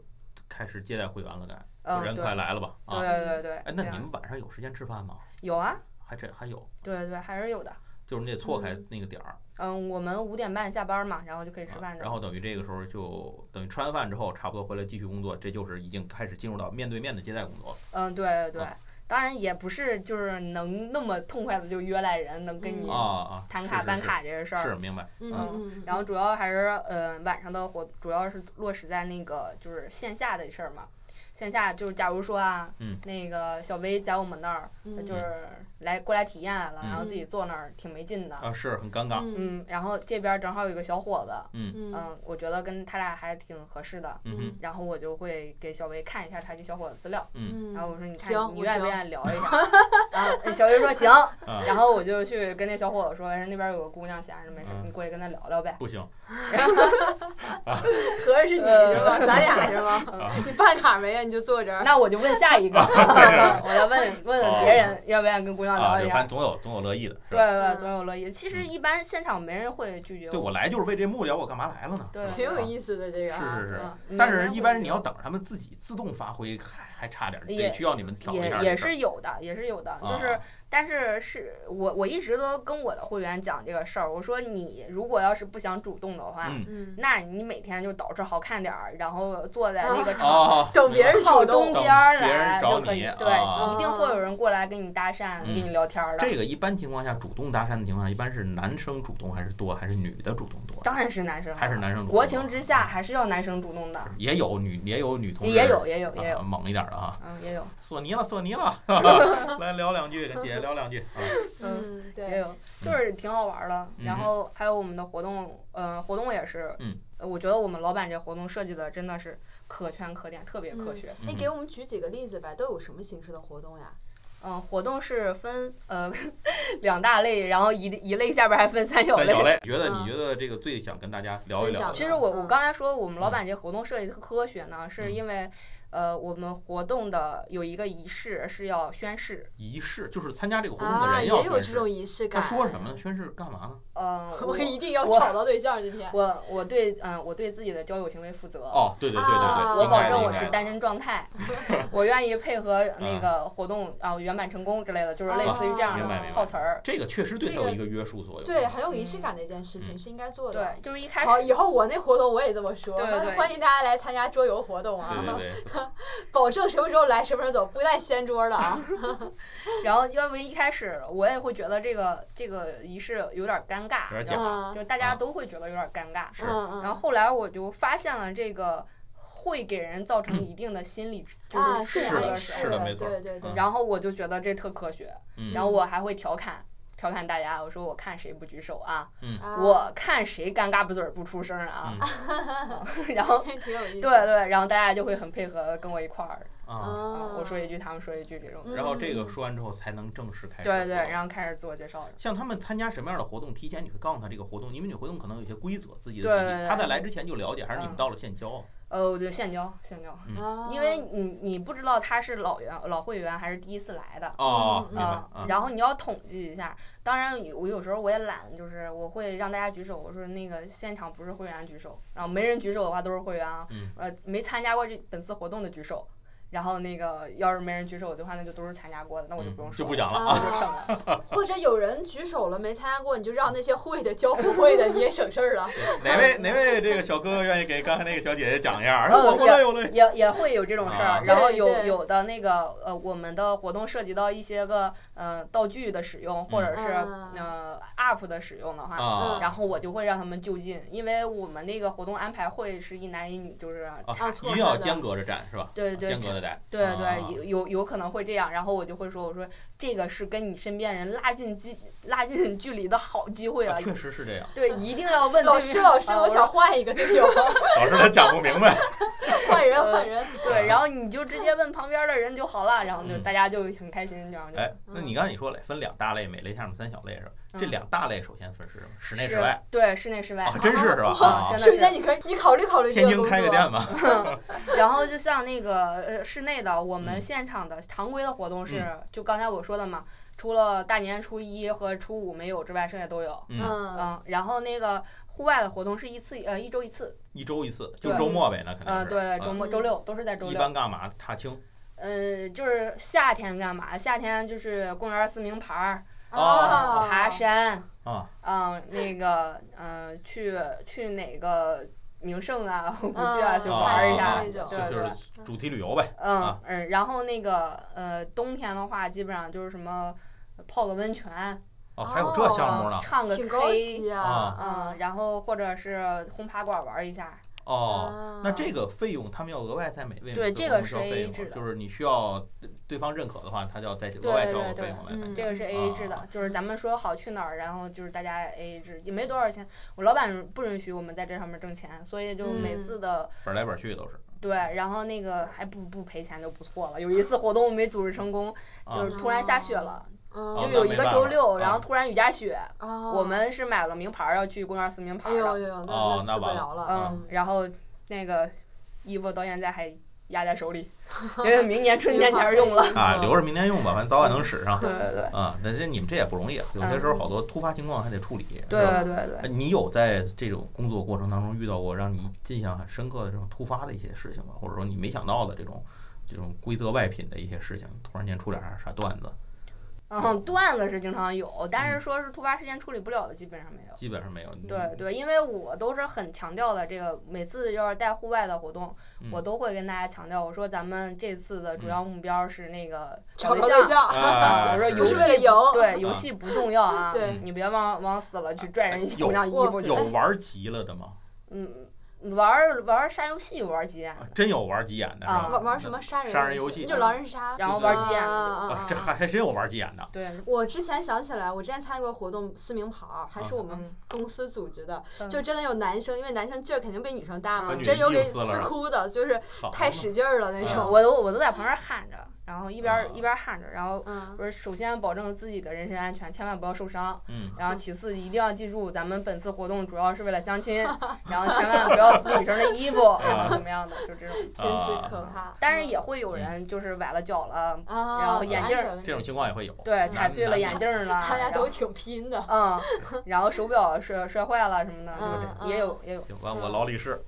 Speaker 2: 开始接待会员了，该
Speaker 3: 嗯，
Speaker 2: 人
Speaker 3: 对，
Speaker 2: 快来了吧？啊，
Speaker 3: 对对对
Speaker 2: 哎，
Speaker 3: 对，
Speaker 2: 那
Speaker 3: 这
Speaker 2: 你
Speaker 3: 样
Speaker 2: 们晚上有时间吃饭吗？
Speaker 3: 有啊？
Speaker 2: 还这还有，
Speaker 3: 对对对，还是有的。
Speaker 2: 就是你得错开
Speaker 1: 嗯
Speaker 2: 那个点儿，
Speaker 3: 嗯，我们五点半下班嘛，然后就可以吃
Speaker 2: 啊
Speaker 3: 饭的。
Speaker 2: 然后等于这个时候就等于吃完饭之后，差不多回来继续工作，这就是已经开始进入到面对面的接待工作了。
Speaker 3: 嗯，对对对
Speaker 2: 啊，
Speaker 3: 当然也不是就是能那么痛快的就约来人，能跟
Speaker 1: 嗯
Speaker 3: 你
Speaker 2: 啊啊，
Speaker 3: 谈
Speaker 2: 是
Speaker 3: 卡
Speaker 2: 是
Speaker 3: 办
Speaker 2: 是
Speaker 3: 卡这个事儿。
Speaker 2: 是明白，
Speaker 1: 嗯
Speaker 2: 啊
Speaker 1: 嗯，
Speaker 3: 然后主要还是呃晚上的活，主要是落实在那个就是线下的事儿嘛。线下就是假如说啊，
Speaker 2: 嗯
Speaker 3: 那个小薇在我们那儿
Speaker 1: 嗯
Speaker 3: 就是来过来体验来了，然后
Speaker 1: 嗯
Speaker 3: 自己坐那儿挺没劲的。
Speaker 2: 啊，是很尴尬，
Speaker 1: 嗯
Speaker 3: 嗯，然后这边儿正好有一个小伙子，
Speaker 1: 嗯
Speaker 3: 嗯，我觉得跟他俩还挺合适的。
Speaker 2: 啊嗯哼，
Speaker 3: 然后我就会给小薇看一下他这小伙子资料，
Speaker 2: 嗯
Speaker 1: 嗯，
Speaker 3: 然后我说你看
Speaker 1: 行
Speaker 3: 你
Speaker 1: 我
Speaker 3: 愿不
Speaker 1: 行
Speaker 3: 愿意聊 一下？然后小薇说行，
Speaker 2: 啊，
Speaker 3: 然后我就去跟那小伙子说，哎人那边有个姑娘闲着没事儿，
Speaker 2: 嗯
Speaker 3: 你过去跟她聊聊呗。
Speaker 2: 不行，
Speaker 1: 合着是你
Speaker 3: 呃
Speaker 1: 是吧？咱俩是 吗？
Speaker 2: 啊
Speaker 1: 你办卡没了，你就坐这儿。
Speaker 3: 那我就问下一个， 我再问问别人愿不愿意跟姑娘
Speaker 2: 哦啊，
Speaker 3: 聊
Speaker 2: 就
Speaker 3: 一
Speaker 2: 反正
Speaker 3: 下。
Speaker 2: 总有总有乐意的，是
Speaker 3: 对
Speaker 2: 吧？
Speaker 3: 对，
Speaker 1: 嗯
Speaker 3: 总有乐意。其实
Speaker 2: 嗯
Speaker 3: 一般现场没人会拒绝
Speaker 2: 对我来就是为这目的，我干嘛来了呢？
Speaker 3: 对
Speaker 1: 挺有意思的这个啊，
Speaker 2: 嗯是是是
Speaker 1: 嗯
Speaker 3: 嗯
Speaker 2: 但
Speaker 3: 没
Speaker 2: 是，
Speaker 3: 人
Speaker 2: 一
Speaker 3: 会
Speaker 2: 般
Speaker 3: 拒
Speaker 2: 是你
Speaker 3: 绝
Speaker 2: 要等着他们自己自动发挥，还还差点儿，
Speaker 3: 也
Speaker 2: 得需要你们调一下
Speaker 3: 也
Speaker 2: 这
Speaker 3: 也
Speaker 2: 事儿。
Speaker 3: 是有的，也是有的，就是，
Speaker 2: 啊
Speaker 3: 但是是我我一直都跟我的会员讲这个事儿，我说你如果要是不想主动的话，
Speaker 2: 嗯，
Speaker 1: 嗯，
Speaker 3: 那你每天就捯饬好看点儿，然后坐在那个
Speaker 2: 啊
Speaker 3: 床
Speaker 2: 啊，
Speaker 1: 等别人
Speaker 2: 明
Speaker 3: 靠
Speaker 1: 主动
Speaker 3: 中间儿
Speaker 2: 等别人
Speaker 3: 来
Speaker 2: 找
Speaker 3: 就可以，
Speaker 2: 你
Speaker 3: 对，
Speaker 2: 啊
Speaker 3: 一定会有人过来跟你搭讪、
Speaker 2: 嗯
Speaker 3: 跟你聊天儿
Speaker 2: 白
Speaker 3: 的。
Speaker 2: 这个一般情况下，主动搭讪的情况下，一般是男生主动还是多，还是女的主动多？
Speaker 3: 当然是男生了，
Speaker 2: 还是男生主动多。啊嗯
Speaker 3: 国情之下还是要男生主动的，
Speaker 2: 也有女也有女同志，
Speaker 3: 也有也有也
Speaker 2: 啊
Speaker 3: 有，
Speaker 2: 猛一点的啊，
Speaker 3: 嗯也有
Speaker 2: 索尼了索尼 了，来聊两句，跟姐姐聊两句啊。
Speaker 1: 嗯，
Speaker 3: 也
Speaker 1: 对，
Speaker 3: 有，就是挺好玩儿的。
Speaker 2: 嗯
Speaker 3: 然后还有我们的活动，嗯，活动也是
Speaker 2: 嗯，
Speaker 3: 呃我觉得我们老板这活动设计的真的是可圈可点，特别科学。
Speaker 2: 嗯
Speaker 1: 那哎给我们举几个例子呗，都有什么形式的活动呀？
Speaker 3: 嗯，活动是分呃 两大类，然后一一类下边儿还分三小
Speaker 2: 三角
Speaker 3: 类。
Speaker 2: 类，觉得
Speaker 1: 嗯
Speaker 2: 你觉得这个最想跟大家聊一聊的？
Speaker 1: 分享
Speaker 3: 其实我我
Speaker 1: 嗯
Speaker 2: 嗯
Speaker 3: 刚才说我们老板这活动设计特科学呢，是因为呃，我们活动的有一个仪式是要宣誓。
Speaker 2: 仪式就是参加这个活动的
Speaker 1: 啊，
Speaker 2: 人
Speaker 1: 也
Speaker 2: 要
Speaker 1: 有
Speaker 2: 宣
Speaker 1: 这
Speaker 2: 誓。
Speaker 1: 种仪式
Speaker 2: 那
Speaker 1: 感。
Speaker 2: 说什么呢？宣誓干嘛呢？
Speaker 3: 嗯、呃，
Speaker 1: 我
Speaker 3: 我
Speaker 1: 一定要
Speaker 3: 我
Speaker 1: 找到对象，今天。
Speaker 3: 我我对嗯、我对自己的交友行为负责。
Speaker 2: 哦，对对对对
Speaker 1: 啊
Speaker 2: 对，
Speaker 3: 我
Speaker 2: 应
Speaker 3: 保
Speaker 2: 该
Speaker 3: 证
Speaker 2: 的应
Speaker 3: 我是
Speaker 2: 该的。
Speaker 3: 单身 状态，我愿意配合那个活动啊圆满成功之类的，就是类似于这样
Speaker 2: 嗯明白
Speaker 3: 的
Speaker 2: 明白
Speaker 3: 套词儿。
Speaker 2: 这个确实对他有一个约束作 用。
Speaker 1: 对，很有仪式感的一件事
Speaker 2: 嗯
Speaker 1: 情，是应该做的。
Speaker 3: 对，就是一开
Speaker 1: 好，
Speaker 3: 始
Speaker 1: 以后我那活动我也这么说，
Speaker 3: 对对对
Speaker 1: 欢迎大家来参加桌游活动啊，
Speaker 2: 对对对，
Speaker 1: 保证什么时候来什么时候走，不带掀桌的啊。
Speaker 3: 然后要不一开始我也会觉得这个这个仪式有点尴尬，
Speaker 2: 有点
Speaker 3: 然后
Speaker 1: 嗯
Speaker 3: 就是大家
Speaker 2: 啊
Speaker 3: 都会觉得有点尴尬。
Speaker 2: 是
Speaker 1: 嗯嗯，
Speaker 3: 然后后来我就发现了这个会给人造成一定的心理就
Speaker 1: 啊，
Speaker 3: 是
Speaker 2: 是
Speaker 3: 束缚
Speaker 2: 的
Speaker 3: 的
Speaker 2: 是
Speaker 3: 时
Speaker 2: 的
Speaker 3: 候，
Speaker 2: 没错
Speaker 1: 对对对
Speaker 2: 嗯。
Speaker 3: 然后我就觉得这特科学，
Speaker 2: 嗯
Speaker 3: 然后我还会调侃。调侃大家，我说我看谁不举手啊，
Speaker 1: 啊
Speaker 3: 我看谁尴尬不嘴儿不出声啊， 然 后
Speaker 1: 挺有意思。
Speaker 3: 对对，然后大家就会很配合地跟我一块儿，
Speaker 2: 啊，
Speaker 1: 啊
Speaker 3: 啊，我说一句，他们说一句这种，
Speaker 1: 嗯
Speaker 2: 然后这个说完之后才能正式开始。
Speaker 3: 对对，然后开始自我介绍了。
Speaker 2: 像他们参加什么样的活动，提前你会告诉他这个活动，因为你活动可能有一些规则，自己的
Speaker 3: 对
Speaker 2: 规
Speaker 3: 对
Speaker 2: 定
Speaker 3: 对
Speaker 2: 他在来之前就了解，还是你们
Speaker 3: 嗯
Speaker 2: 到了现交啊？
Speaker 3: 呃，对，现交现交，
Speaker 1: 啊，
Speaker 3: 因为你你不知道他是老员老会员还是第一次来的。
Speaker 2: 哦，明白
Speaker 3: 啊、
Speaker 2: 啊，
Speaker 3: 然后你要统计一下。当然，我有时候我也懒，就是我会让大家举手。我说那个现场不是会员举手，然后没人举手的话都是会员啊。
Speaker 2: 嗯
Speaker 3: 呃，没参加过这本次活动的举手。然后那个要是没人举手的话，那就都是参加过的，那我就不用
Speaker 2: 嗯
Speaker 3: 说
Speaker 2: 就不
Speaker 3: 了，
Speaker 2: 讲
Speaker 1: 啊
Speaker 2: 了啊。
Speaker 3: 我就省了。
Speaker 1: 或者有人举手了没参加过，你就让那些会的教不会 的，你也省事儿了。
Speaker 2: 哪位哪位这个小哥哥愿意给刚才那个小姐姐讲一下？
Speaker 3: 嗯
Speaker 2: 我我来我来。
Speaker 3: 也也会有这种事
Speaker 2: 啊
Speaker 3: 儿，然后
Speaker 1: 对
Speaker 3: 有
Speaker 1: 对
Speaker 3: 有的那个呃，我们的活动涉及到一些个呃道具的使用，或者是
Speaker 1: 嗯
Speaker 3: 呃 UP 的使用的话，
Speaker 2: 啊
Speaker 3: 然后我就会让他们就近，因为我们那个活动安排会是一男一女，就是
Speaker 1: 啊
Speaker 2: 啊，
Speaker 1: 错
Speaker 2: 一定要
Speaker 1: 开的
Speaker 2: 间隔着站是吧？
Speaker 3: 对对
Speaker 2: 间隔着
Speaker 3: 对
Speaker 2: 站。
Speaker 3: 对
Speaker 2: 啊
Speaker 3: 对，有有有可能会这样，然后我就会说，我说这个是跟你身边人拉近距拉近距离的好机会
Speaker 2: 啊
Speaker 3: 啊，
Speaker 2: 确实是这 样。
Speaker 3: 对，一定要问
Speaker 1: 老
Speaker 3: 对
Speaker 1: 师，
Speaker 3: 面
Speaker 1: 老师，
Speaker 3: 啊
Speaker 1: 我想
Speaker 3: 说
Speaker 1: 换一个队 友，
Speaker 2: 导致他讲不明白。
Speaker 1: 换人，换人。
Speaker 3: 对，然后你就直接问旁边的人就好了，然后就
Speaker 2: 啊嗯
Speaker 3: 大家就很开心，这样就。
Speaker 2: 哎，那你刚才你说了，分两大类，每类下面三小类是吧？这
Speaker 3: 嗯
Speaker 2: 两大类首先分是什么？室内
Speaker 3: 是
Speaker 2: 室外。
Speaker 3: 对，室内室外。
Speaker 2: 啊，还真是是吧？
Speaker 1: 哇
Speaker 2: 啊
Speaker 3: 真，的
Speaker 1: 瞬
Speaker 3: 是
Speaker 1: 间你可以，你考虑考虑这
Speaker 2: 天
Speaker 1: 个
Speaker 2: 津
Speaker 1: 工
Speaker 2: 开个
Speaker 1: 作。
Speaker 2: 店吧。
Speaker 3: 然后就像那个呃室内的，我们
Speaker 2: 嗯
Speaker 3: 现场的常规的活动是，就刚才我说的嘛，除了大年初一和初五没有之外，剩下都有。
Speaker 2: 嗯，
Speaker 1: 嗯，
Speaker 3: 嗯，然后那个户外的活动是一次呃一周一次，
Speaker 2: 一周一次，就
Speaker 3: 对
Speaker 2: 周末呗，那肯定
Speaker 3: 呃
Speaker 2: 是。
Speaker 3: 嗯对，周
Speaker 2: 嗯
Speaker 3: 末周六都是在周
Speaker 2: 一
Speaker 3: 六。
Speaker 2: 般干嘛？踏青。
Speaker 3: 嗯，就是夏天干嘛？夏天就是公园撕名牌儿、
Speaker 2: 啊
Speaker 1: 啊，
Speaker 3: 爬山，
Speaker 2: 啊，
Speaker 3: 嗯，那个嗯去去哪个名胜啊、古迹啊
Speaker 1: 嗯
Speaker 3: 去玩儿一
Speaker 2: 啊啊
Speaker 3: 下
Speaker 2: 啊，
Speaker 1: 那种
Speaker 2: 就
Speaker 3: 对对。
Speaker 2: 就是主题旅游呗。
Speaker 3: 嗯
Speaker 2: 啊
Speaker 3: 嗯，然后那个呃，冬天的话，基本上就是什么泡个温泉，
Speaker 2: 哦，还有这项目
Speaker 3: 嗯
Speaker 2: 呢。
Speaker 3: 唱个
Speaker 1: 挺高
Speaker 3: K，
Speaker 1: 级啊
Speaker 3: 嗯，。然后或者是轰趴馆玩一下，
Speaker 2: 哦，那这
Speaker 1: 个
Speaker 2: 个费用他们要额外再每位每
Speaker 3: 嗯对
Speaker 2: 次
Speaker 3: 这
Speaker 2: 活动
Speaker 3: 个
Speaker 2: 需
Speaker 3: 是
Speaker 2: 要费
Speaker 3: A
Speaker 2: 用
Speaker 3: 制
Speaker 2: 吗
Speaker 3: 的
Speaker 2: 就是你需要对对方认可的话，他就要再额
Speaker 3: 对
Speaker 2: 外
Speaker 3: 对
Speaker 2: 交个
Speaker 3: 对
Speaker 2: 费用来。
Speaker 1: 嗯
Speaker 3: 这个是 A A 制的
Speaker 2: 啊，
Speaker 3: 就是咱们说好去哪儿，然后就是大家 A A 制，也没多少钱，我老板不允许我们在这上面挣钱，所以就每
Speaker 1: 嗯
Speaker 3: 次的
Speaker 2: 本来本去都是。
Speaker 3: 对，然后那个还不不赔钱就不错了。有一次活动没组织成功，
Speaker 2: 啊
Speaker 3: 就是突然下雪了，
Speaker 1: 嗯
Speaker 3: 就
Speaker 2: 哦那
Speaker 3: 有
Speaker 2: 没
Speaker 3: 一个
Speaker 2: 办
Speaker 3: 周
Speaker 2: 法
Speaker 3: 六，然
Speaker 2: 啊
Speaker 3: 后突然雨夹雪，
Speaker 1: 哦
Speaker 3: 我们是买了名牌儿要去公园撕名牌
Speaker 1: 哎
Speaker 3: 儿
Speaker 1: 呦
Speaker 3: 的，
Speaker 1: 哎呦，
Speaker 2: 哦
Speaker 1: 那
Speaker 2: 那
Speaker 1: 那撕不
Speaker 2: 完
Speaker 1: 了了。
Speaker 2: 哦
Speaker 3: 嗯，然后那个衣服到现在还压在手 里，觉得明年春天前儿用了。
Speaker 2: 啊，留着明天用吧，反正早晚能使上。
Speaker 3: 对对对
Speaker 2: 啊，那这你们这也不容易，啊，有些时候好多突发情况还得处理。
Speaker 3: 对
Speaker 2: 是吧
Speaker 3: 对对
Speaker 2: 哎
Speaker 3: 对，
Speaker 2: 你有在这种工作过程当中遇到过让你印象很深刻的这种突发的一些事情吗？或者说你没想到的这种这种规则外品的一些事情，突然间出点啥啥段子，
Speaker 3: 嗯，段子是经常有，但
Speaker 2: 嗯
Speaker 3: 是说是突发事件处理不了的，基本上没有。
Speaker 2: 基本上没有。
Speaker 3: 对对，因为我都是很强调的，这个每次要是带户外的活动，我
Speaker 2: 嗯
Speaker 3: 都会跟大家强调，我说咱们这次的主要目标是那个
Speaker 1: 找
Speaker 3: 对
Speaker 1: 个
Speaker 3: 象
Speaker 1: 对，象，
Speaker 2: 啊，
Speaker 3: 我说
Speaker 1: 不
Speaker 3: 游
Speaker 1: 是
Speaker 3: 戏
Speaker 1: 为了赢。
Speaker 3: 对游戏不重要啊，
Speaker 2: 嗯
Speaker 1: 对
Speaker 3: 你别往往死了去拽人
Speaker 2: 有
Speaker 3: 姑娘衣
Speaker 1: 我
Speaker 3: 服去
Speaker 2: 有。玩急了的吗？
Speaker 3: 嗯，玩儿玩儿杀游戏玩儿急眼
Speaker 2: 啊真有玩急眼的是吧？
Speaker 3: 啊
Speaker 1: 玩玩什么杀人
Speaker 2: 嗯杀人游戏
Speaker 1: 就狼人杀，
Speaker 3: 然
Speaker 2: 后
Speaker 1: 啊
Speaker 2: 玩
Speaker 3: 急眼
Speaker 1: 啊啊
Speaker 2: 啊
Speaker 1: 啊
Speaker 2: 这还还真有玩急眼的。
Speaker 3: 对，
Speaker 1: 我之前想起来，我之前参加过活动撕名牌儿，还是
Speaker 2: 啊
Speaker 1: 我们
Speaker 3: 嗯
Speaker 1: 公司组织的，
Speaker 3: 嗯
Speaker 1: 就真的有男生，因为男生劲儿肯定比女生大嘛，
Speaker 2: 把女
Speaker 1: 真有
Speaker 2: 的
Speaker 1: 给
Speaker 2: 硬撕了
Speaker 1: 撕
Speaker 2: 是吧
Speaker 1: 哭的，就是
Speaker 2: 好
Speaker 1: 太使劲儿了那
Speaker 2: 嗯
Speaker 1: 种。
Speaker 3: 我都我都在旁边喊着，然后一边儿
Speaker 2: 啊
Speaker 3: 一边儿焊着，然后
Speaker 1: 嗯
Speaker 3: 不是首先保证自己的人身安全，千万不要受伤。
Speaker 2: 嗯，
Speaker 3: 然后其次一定要记住，咱们本次活动主要是为了 相亲，然后千万不要撕女生的衣服，然后怎么样的，就这种。
Speaker 1: 真是
Speaker 2: 啊
Speaker 1: 可怕。
Speaker 3: 但是也嗯会有人就是崴了脚了，
Speaker 1: 啊，
Speaker 3: 然后眼镜儿
Speaker 1: 安全问题
Speaker 2: 这种情况也会有。
Speaker 3: 对，
Speaker 2: 男
Speaker 3: 踩碎了
Speaker 2: 男
Speaker 3: 眼镜儿了，
Speaker 1: 大家
Speaker 3: 然
Speaker 1: 都
Speaker 3: 后
Speaker 1: 挺拼的。
Speaker 3: 嗯，然后手表摔摔坏了什么的，就是
Speaker 1: 嗯
Speaker 3: 这也有也有。
Speaker 2: 行完我
Speaker 1: 嗯
Speaker 2: 劳力士，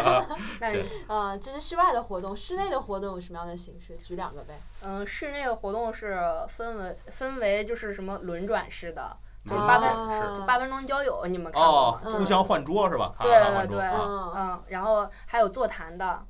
Speaker 3: 那
Speaker 2: 对
Speaker 1: 嗯，这是室外的活动，室内的活动有什么样的形式？举两个呗。
Speaker 3: 嗯，室内的活动是分为分为就是什么轮转式的，就是
Speaker 2: 轮
Speaker 3: 八
Speaker 2: 转
Speaker 3: 分
Speaker 1: 啊
Speaker 2: 式
Speaker 3: 八分钟交友，你们看过
Speaker 2: 哦
Speaker 3: 吗？，
Speaker 1: 哦嗯
Speaker 2: 互相换桌是吧？咔
Speaker 3: 对
Speaker 2: 咔
Speaker 3: 对
Speaker 2: 换桌
Speaker 3: 对
Speaker 2: 啊。
Speaker 1: 嗯，
Speaker 3: 嗯，然后还有座谈的，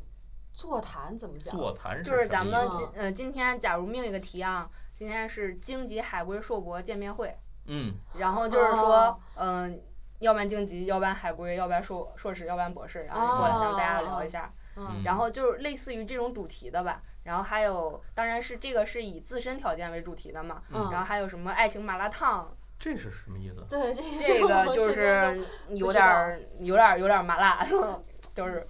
Speaker 1: 座谈怎么讲？
Speaker 2: 座谈是
Speaker 3: 就是
Speaker 2: 什
Speaker 3: 咱
Speaker 2: 么
Speaker 3: 们
Speaker 2: 意思啊
Speaker 3: 今呃今天假如命一个题啊，今天是荆棘海龟硕博见面会，
Speaker 2: 嗯
Speaker 3: 然后就是
Speaker 1: 哦
Speaker 3: 说嗯。要不然荆棘，要不然海龟，要不然硕硕士，要不然博士，然后过来
Speaker 1: 哦
Speaker 3: 让大家聊一下，
Speaker 1: 嗯
Speaker 2: 嗯
Speaker 3: 然后就是类似于这种主题的吧。然后还有，当然是这个是以自身条件为主题的嘛。
Speaker 1: 嗯
Speaker 3: 然后还有什么爱情麻辣烫，
Speaker 2: 这是什么意思？
Speaker 1: 对，这
Speaker 3: 这
Speaker 1: 我
Speaker 3: 个
Speaker 1: 们
Speaker 3: 就
Speaker 1: 之间
Speaker 3: 是有点儿、有点儿、有点儿麻辣， 就是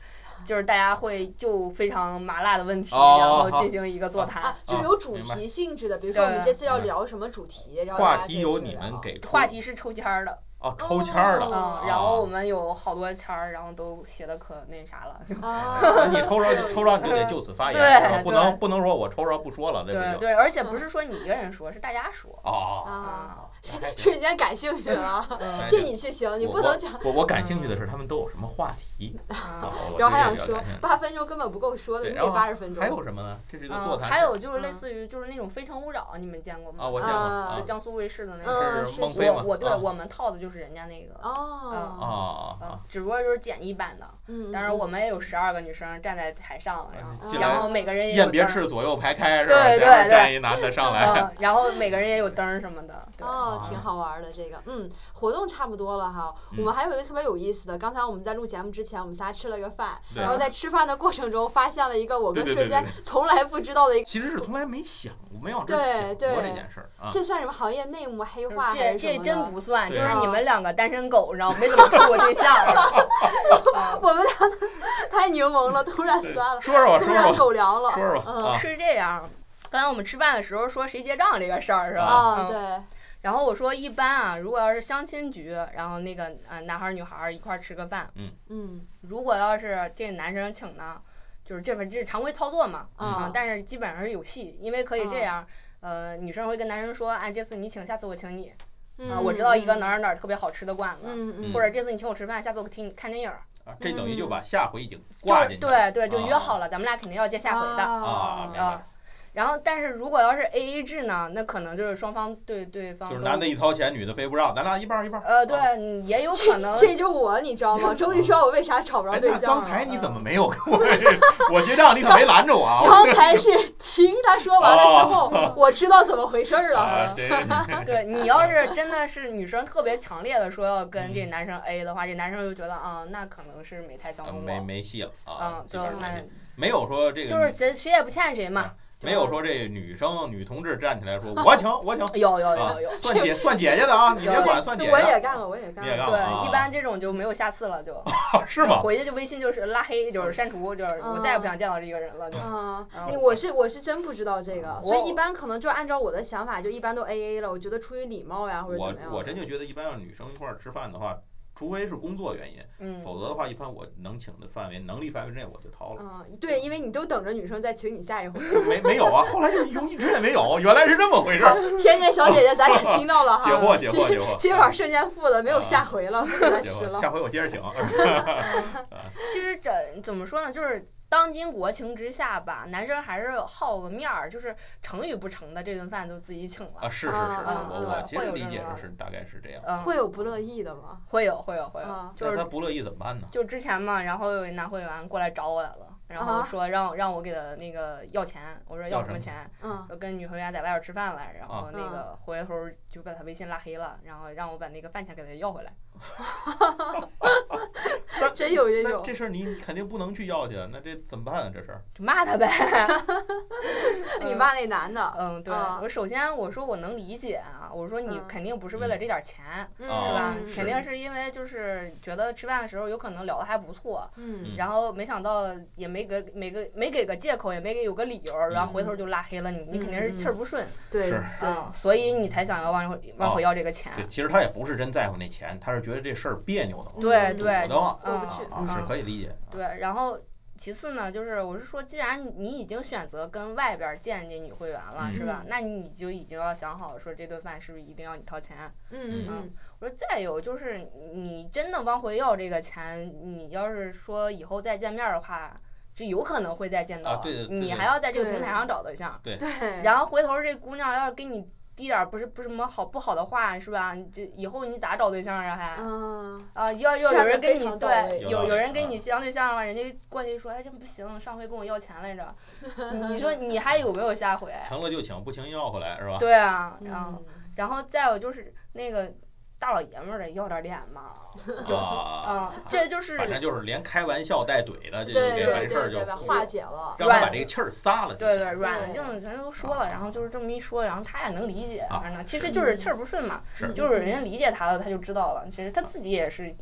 Speaker 3: 就是大家会就非常麻辣的问题，
Speaker 2: 哦
Speaker 3: 然
Speaker 2: 好
Speaker 3: 后进行一个座
Speaker 1: 都
Speaker 3: 谈。
Speaker 1: 啊，就是
Speaker 2: 啊
Speaker 1: 有主
Speaker 2: 明白
Speaker 1: 题性质的，比如说我们
Speaker 3: 对
Speaker 1: 这次要
Speaker 2: 明白
Speaker 1: 聊什么主题，然后大家
Speaker 2: 话
Speaker 1: 可
Speaker 2: 题
Speaker 1: 以
Speaker 2: 由
Speaker 1: 去
Speaker 2: 你们
Speaker 1: 聊
Speaker 2: 给出
Speaker 3: 话题是抽签儿的，
Speaker 2: 哦，抽签儿的。
Speaker 1: 哦
Speaker 3: 嗯，然后我们有好多签儿，然后都写的可那啥了，
Speaker 1: 啊，
Speaker 2: 那哎你 抽着抽着你就得就此发言，
Speaker 3: 对
Speaker 2: 是吧不
Speaker 3: 对
Speaker 2: 能不能说我抽着不说了，这
Speaker 3: 对
Speaker 2: 不行。
Speaker 3: 对，而且不是说你一个人说，是大家说，
Speaker 2: 哦，
Speaker 1: 嗯啊，
Speaker 2: 还行
Speaker 1: 瞬间感兴趣 了，
Speaker 3: 嗯
Speaker 2: 哎
Speaker 1: 这你去行，你
Speaker 2: 我
Speaker 1: 不能讲。嗯
Speaker 2: 我我感兴趣的是他们都有什么话题啊？
Speaker 3: 嗯，
Speaker 2: 我
Speaker 1: 然后还
Speaker 2: 对
Speaker 1: 想
Speaker 2: 这
Speaker 1: 说
Speaker 2: 个感兴，趣
Speaker 1: 八分钟根本不够说的，
Speaker 2: 对
Speaker 1: 你
Speaker 2: 然
Speaker 1: 得
Speaker 2: 后
Speaker 1: 八十分钟。
Speaker 2: 还有什么呢？这是一个座
Speaker 3: 嗯
Speaker 2: 谈。
Speaker 3: 还有就是类
Speaker 1: 嗯
Speaker 3: 似于就是那种《非诚勿扰》，你们见过吗？
Speaker 2: 啊，我见过
Speaker 1: 啊
Speaker 2: 啊
Speaker 3: 就，江苏卫视的那
Speaker 1: 嗯
Speaker 3: 个，
Speaker 2: 这
Speaker 1: 是
Speaker 2: 是孟
Speaker 1: 是
Speaker 2: 非嘛？
Speaker 3: 我我对
Speaker 2: 啊
Speaker 3: 我们套的就是人家那个，
Speaker 1: 哦，
Speaker 2: 啊啊
Speaker 3: 嗯，只不过就是简易版的。
Speaker 1: 嗯，
Speaker 3: 当然，我们也有十二个女生站在台上，然后
Speaker 2: 啊，
Speaker 1: 进
Speaker 2: 进
Speaker 1: 来
Speaker 3: 然
Speaker 2: 来
Speaker 3: 后每个人也有
Speaker 2: 雁别
Speaker 3: 灯儿，
Speaker 2: 翅左右排开是吧？
Speaker 3: 对对
Speaker 2: 前面
Speaker 3: 对
Speaker 2: 站一男的上来，
Speaker 3: 嗯，然后每个人也有灯儿什么的，对，
Speaker 1: 哦，
Speaker 2: 啊
Speaker 1: 挺好玩儿的这个，嗯，活动差不多了哈。我们
Speaker 2: 嗯
Speaker 1: 还有一个特别有意思的，刚才我们在录节目之前，我们仨吃了个饭，
Speaker 2: 对
Speaker 1: 然后在吃饭的过程中发现了一个我跟
Speaker 2: 对对
Speaker 1: 瞬
Speaker 2: 对
Speaker 1: 间
Speaker 2: 对
Speaker 1: 从来不知道的一个，
Speaker 2: 其实是从来没想，过，没往这儿
Speaker 1: 对
Speaker 2: 想
Speaker 1: 对
Speaker 2: 过这件事儿啊。
Speaker 1: 这算什么行业内幕黑化还是什
Speaker 3: 这这
Speaker 1: 么
Speaker 3: 真
Speaker 1: 的？
Speaker 3: 不算，就
Speaker 2: 对
Speaker 3: 是
Speaker 1: 啊
Speaker 3: 你们两个单身狗，然后没怎么处过对象儿， 嗯
Speaker 1: 我们俩都太柠檬了，突然酸 了，
Speaker 2: 说说吧，
Speaker 1: 突
Speaker 2: 说
Speaker 1: 然
Speaker 2: 说吧，
Speaker 1: 狗粮了。
Speaker 2: 说说吧
Speaker 1: 嗯
Speaker 2: 啊，
Speaker 3: 是这样。刚才我们吃饭的时候说谁结账这个事儿是吧？
Speaker 1: 啊，
Speaker 3: 嗯
Speaker 1: 对，
Speaker 3: 然后我说一般啊，如果要是相亲局，然后那个呃男孩儿女孩儿一块儿吃个饭，
Speaker 1: 嗯
Speaker 3: 如果要是这男生请呢，就是这份这是常规操作嘛，
Speaker 1: 啊
Speaker 3: 嗯，但是基本上是有戏，因为可以这
Speaker 1: 啊
Speaker 3: 样，呃，女生会跟男生说，哎，这次你请，下次我请你，啊，
Speaker 1: 嗯，
Speaker 3: 我知道一个哪儿哪儿特别好吃的馆子，
Speaker 1: 嗯，嗯嗯，
Speaker 3: 或者这次你请我吃饭，下次我请你看电影儿，
Speaker 2: 啊这等于就
Speaker 1: 嗯
Speaker 2: 把下回已经
Speaker 3: 就
Speaker 2: 挂
Speaker 3: 是
Speaker 2: 进去了哦
Speaker 3: 对对，就约好了，咱们俩肯定要见下回的，
Speaker 2: 啊，明
Speaker 1: 啊，
Speaker 2: 白。
Speaker 3: 然后但是如果要是 A A 制呢，那可能就是双方对对方
Speaker 2: 就是
Speaker 3: 嗯都
Speaker 2: 男的一掏钱，女的非不让，咱俩一半儿一半儿。
Speaker 3: 呃，对
Speaker 2: 啊，
Speaker 3: 嗯也有可能
Speaker 1: 这这就是我，你知道吗？终于知道我为啥找不着
Speaker 2: 哎，
Speaker 1: 对
Speaker 2: 那
Speaker 1: 象
Speaker 2: 刚
Speaker 1: 了。
Speaker 2: 才你怎么
Speaker 3: 嗯
Speaker 2: 没有跟我？ 我结账你可没拦着我啊！ 我
Speaker 1: 刚才是听他说完了之后， 我知道怎么回事儿了。
Speaker 2: 哦啊，行，
Speaker 3: 对你要是真的是女生特别强烈的说要跟
Speaker 2: 嗯
Speaker 3: 这男生 A 的话，这男生就觉得啊、那可能是没太相
Speaker 2: 啊
Speaker 3: 中
Speaker 2: 没
Speaker 3: 我，
Speaker 2: 没戏了啊
Speaker 3: 嗯，，
Speaker 2: 基
Speaker 3: 就
Speaker 2: 本上没
Speaker 3: 那
Speaker 2: 戏没有说这个，
Speaker 3: 就是谁谁也不欠谁嘛。
Speaker 2: 没有说这女生女同志站起来 说我请我请，
Speaker 3: 有有
Speaker 2: 啊
Speaker 3: 有有，
Speaker 2: 算姐算姐姐的啊，你别
Speaker 3: 有
Speaker 2: 管算姐姐
Speaker 1: 我
Speaker 2: 的
Speaker 1: 也干了，我也干
Speaker 2: 你也
Speaker 1: 了。
Speaker 2: 干
Speaker 3: 对，一
Speaker 2: 啊
Speaker 3: 般这种就没有下次了，就
Speaker 2: 啊，是吗？
Speaker 3: 回去就微信就是拉黑，就是删除，就是我再也不想见到这个人了，就
Speaker 1: 嗯，
Speaker 3: 嗯
Speaker 1: 你我是我是真不知道这
Speaker 2: 哦
Speaker 1: 个，
Speaker 3: 我
Speaker 1: 所以一般可能就按照我的想法，就一般都 A A 了。我觉得出于礼貌呀，或者怎
Speaker 2: 我
Speaker 1: 么样的。
Speaker 2: 我真就觉得，一般要女生一块儿吃饭的话，除非是工作原因，
Speaker 3: 嗯。
Speaker 2: 否则的话，一般我能请的范围、能力范围之内我就掏了。
Speaker 1: 嗯，对，因为你都等着女生再请你下一回，
Speaker 3: 嗯
Speaker 2: 没没有啊，后来就一直也没有，原来是这么回事儿。
Speaker 1: 偏见小姐姐，咱俩听到了
Speaker 3: 啊
Speaker 1: 哈。
Speaker 2: 哦解惑解惑解惑，
Speaker 1: 今晚瞬间付了，没有下回了，不再
Speaker 2: 解
Speaker 1: 吃
Speaker 2: 惑，
Speaker 1: 了。
Speaker 2: 下回我接着 请。啊
Speaker 3: 其实这怎么说呢，就是当今国情之下吧，男生还是好个面儿，就是成与不成的这顿饭都自己请
Speaker 2: 啊，
Speaker 3: 了，
Speaker 2: 是是是，
Speaker 1: 啊
Speaker 2: 我我
Speaker 3: 对
Speaker 2: 其
Speaker 3: 会
Speaker 2: 实
Speaker 3: 有
Speaker 2: 理
Speaker 3: 这
Speaker 2: 解
Speaker 3: 种啊
Speaker 2: 的是大概是这样。
Speaker 3: 嗯，
Speaker 1: 会有不乐意的吗？
Speaker 3: 会有会有会有
Speaker 1: 嗯，
Speaker 3: 就
Speaker 2: 那
Speaker 3: 是
Speaker 2: 他不乐意怎么办呢？
Speaker 3: 就之前嘛，然后有一男会员过来找我来了，然后
Speaker 1: 啊
Speaker 3: 说让让我给他那个要钱，我说
Speaker 2: 要
Speaker 3: 什么
Speaker 2: 什
Speaker 3: 钱，
Speaker 1: 嗯
Speaker 3: 说跟女会员在外边吃饭来，然
Speaker 2: 啊
Speaker 3: 后那个回头就把他微信拉黑了，然后让我把那个饭钱给他要回来。
Speaker 1: 真有这
Speaker 2: 那
Speaker 1: 种
Speaker 2: 这事儿你肯定不能去要去，那这怎么办啊？这事儿
Speaker 3: 就骂他呗，
Speaker 1: 你骂那男的，
Speaker 3: 嗯，对，
Speaker 1: 啊
Speaker 3: 我首先我说我能理解啊，我说你
Speaker 1: 嗯
Speaker 3: 肯定不是为了这点钱，
Speaker 1: 嗯，
Speaker 2: 啊
Speaker 3: 是吧？
Speaker 2: 是
Speaker 3: 肯定是因为就是觉得吃饭的时候有可能聊得还不错，
Speaker 1: 嗯
Speaker 2: 嗯
Speaker 3: 然后没想到也没没给没个没给个借口，也没给有个理由，然后回
Speaker 1: 嗯
Speaker 3: 头就拉黑了你，你肯定是气儿不顺，
Speaker 1: 对
Speaker 2: 是
Speaker 1: 嗯对
Speaker 3: 嗯，所以你才想要往回往
Speaker 1: 哦
Speaker 3: 回要这个钱，
Speaker 2: 对，其实他也不是真在乎那钱，他是觉得这事儿别扭的慌，
Speaker 3: 对
Speaker 1: 嗯
Speaker 3: 对
Speaker 2: 堵
Speaker 3: 嗯
Speaker 2: 得慌
Speaker 1: 过不
Speaker 2: 啊
Speaker 1: 去
Speaker 2: 啊，是可以理解。
Speaker 3: 对，然后其次呢，就是我是说，既然你已经选择跟外边儿见这女会员了，是吧
Speaker 1: 嗯？
Speaker 3: 那你就已经要想好，说这顿饭是不是一定要你掏钱。
Speaker 1: 嗯嗯嗯
Speaker 3: 嗯，我说再有就是，你真的往回要这个钱，你要是说以后再见面儿的话，这有可能会再见到，
Speaker 2: 啊对的对
Speaker 3: 你
Speaker 2: 的
Speaker 3: 还要在这个平
Speaker 1: 对
Speaker 3: 台上找对象，
Speaker 1: 对，
Speaker 3: 然后回头这姑娘要是给你滴点儿不是不是什么好不好的话，是吧？你这以后你咋找对象啊还？
Speaker 1: 嗯，
Speaker 3: 啊，要要
Speaker 1: 劝
Speaker 3: 有
Speaker 1: 得
Speaker 3: 人
Speaker 1: 非
Speaker 3: 跟你
Speaker 1: 常到位
Speaker 3: 对，
Speaker 2: 有道
Speaker 3: 有
Speaker 2: 理
Speaker 3: 有人跟
Speaker 2: 嗯
Speaker 3: 你相对象的话，人家过去说，哎，这不行，上回跟我要钱来 着，你说你还有没有下回？
Speaker 2: 成了就请，不请要回来是吧？
Speaker 3: 对啊，然后
Speaker 1: 嗯
Speaker 3: 然后再有就是那个大老爷们儿的要点脸嘛，
Speaker 2: 啊，
Speaker 3: 嗯，这就是
Speaker 2: 反正就是连开玩笑带怼的，这就
Speaker 1: 对
Speaker 2: 嗯这
Speaker 1: 对
Speaker 2: 完事儿
Speaker 1: 对
Speaker 2: 就
Speaker 1: 对吧，化解了，
Speaker 2: 让他把
Speaker 3: 软
Speaker 2: 这个气儿撒了就
Speaker 3: 对
Speaker 2: 行。
Speaker 3: 对软了
Speaker 1: 对
Speaker 3: 性子，咱都说了，然后就是这么一说，然后他也能理解，
Speaker 2: 啊嗯
Speaker 3: 反正其实就是气儿不顺嘛，
Speaker 1: 嗯
Speaker 2: 是
Speaker 3: 就是人家理解他了，他就知道了，其实他自己也是。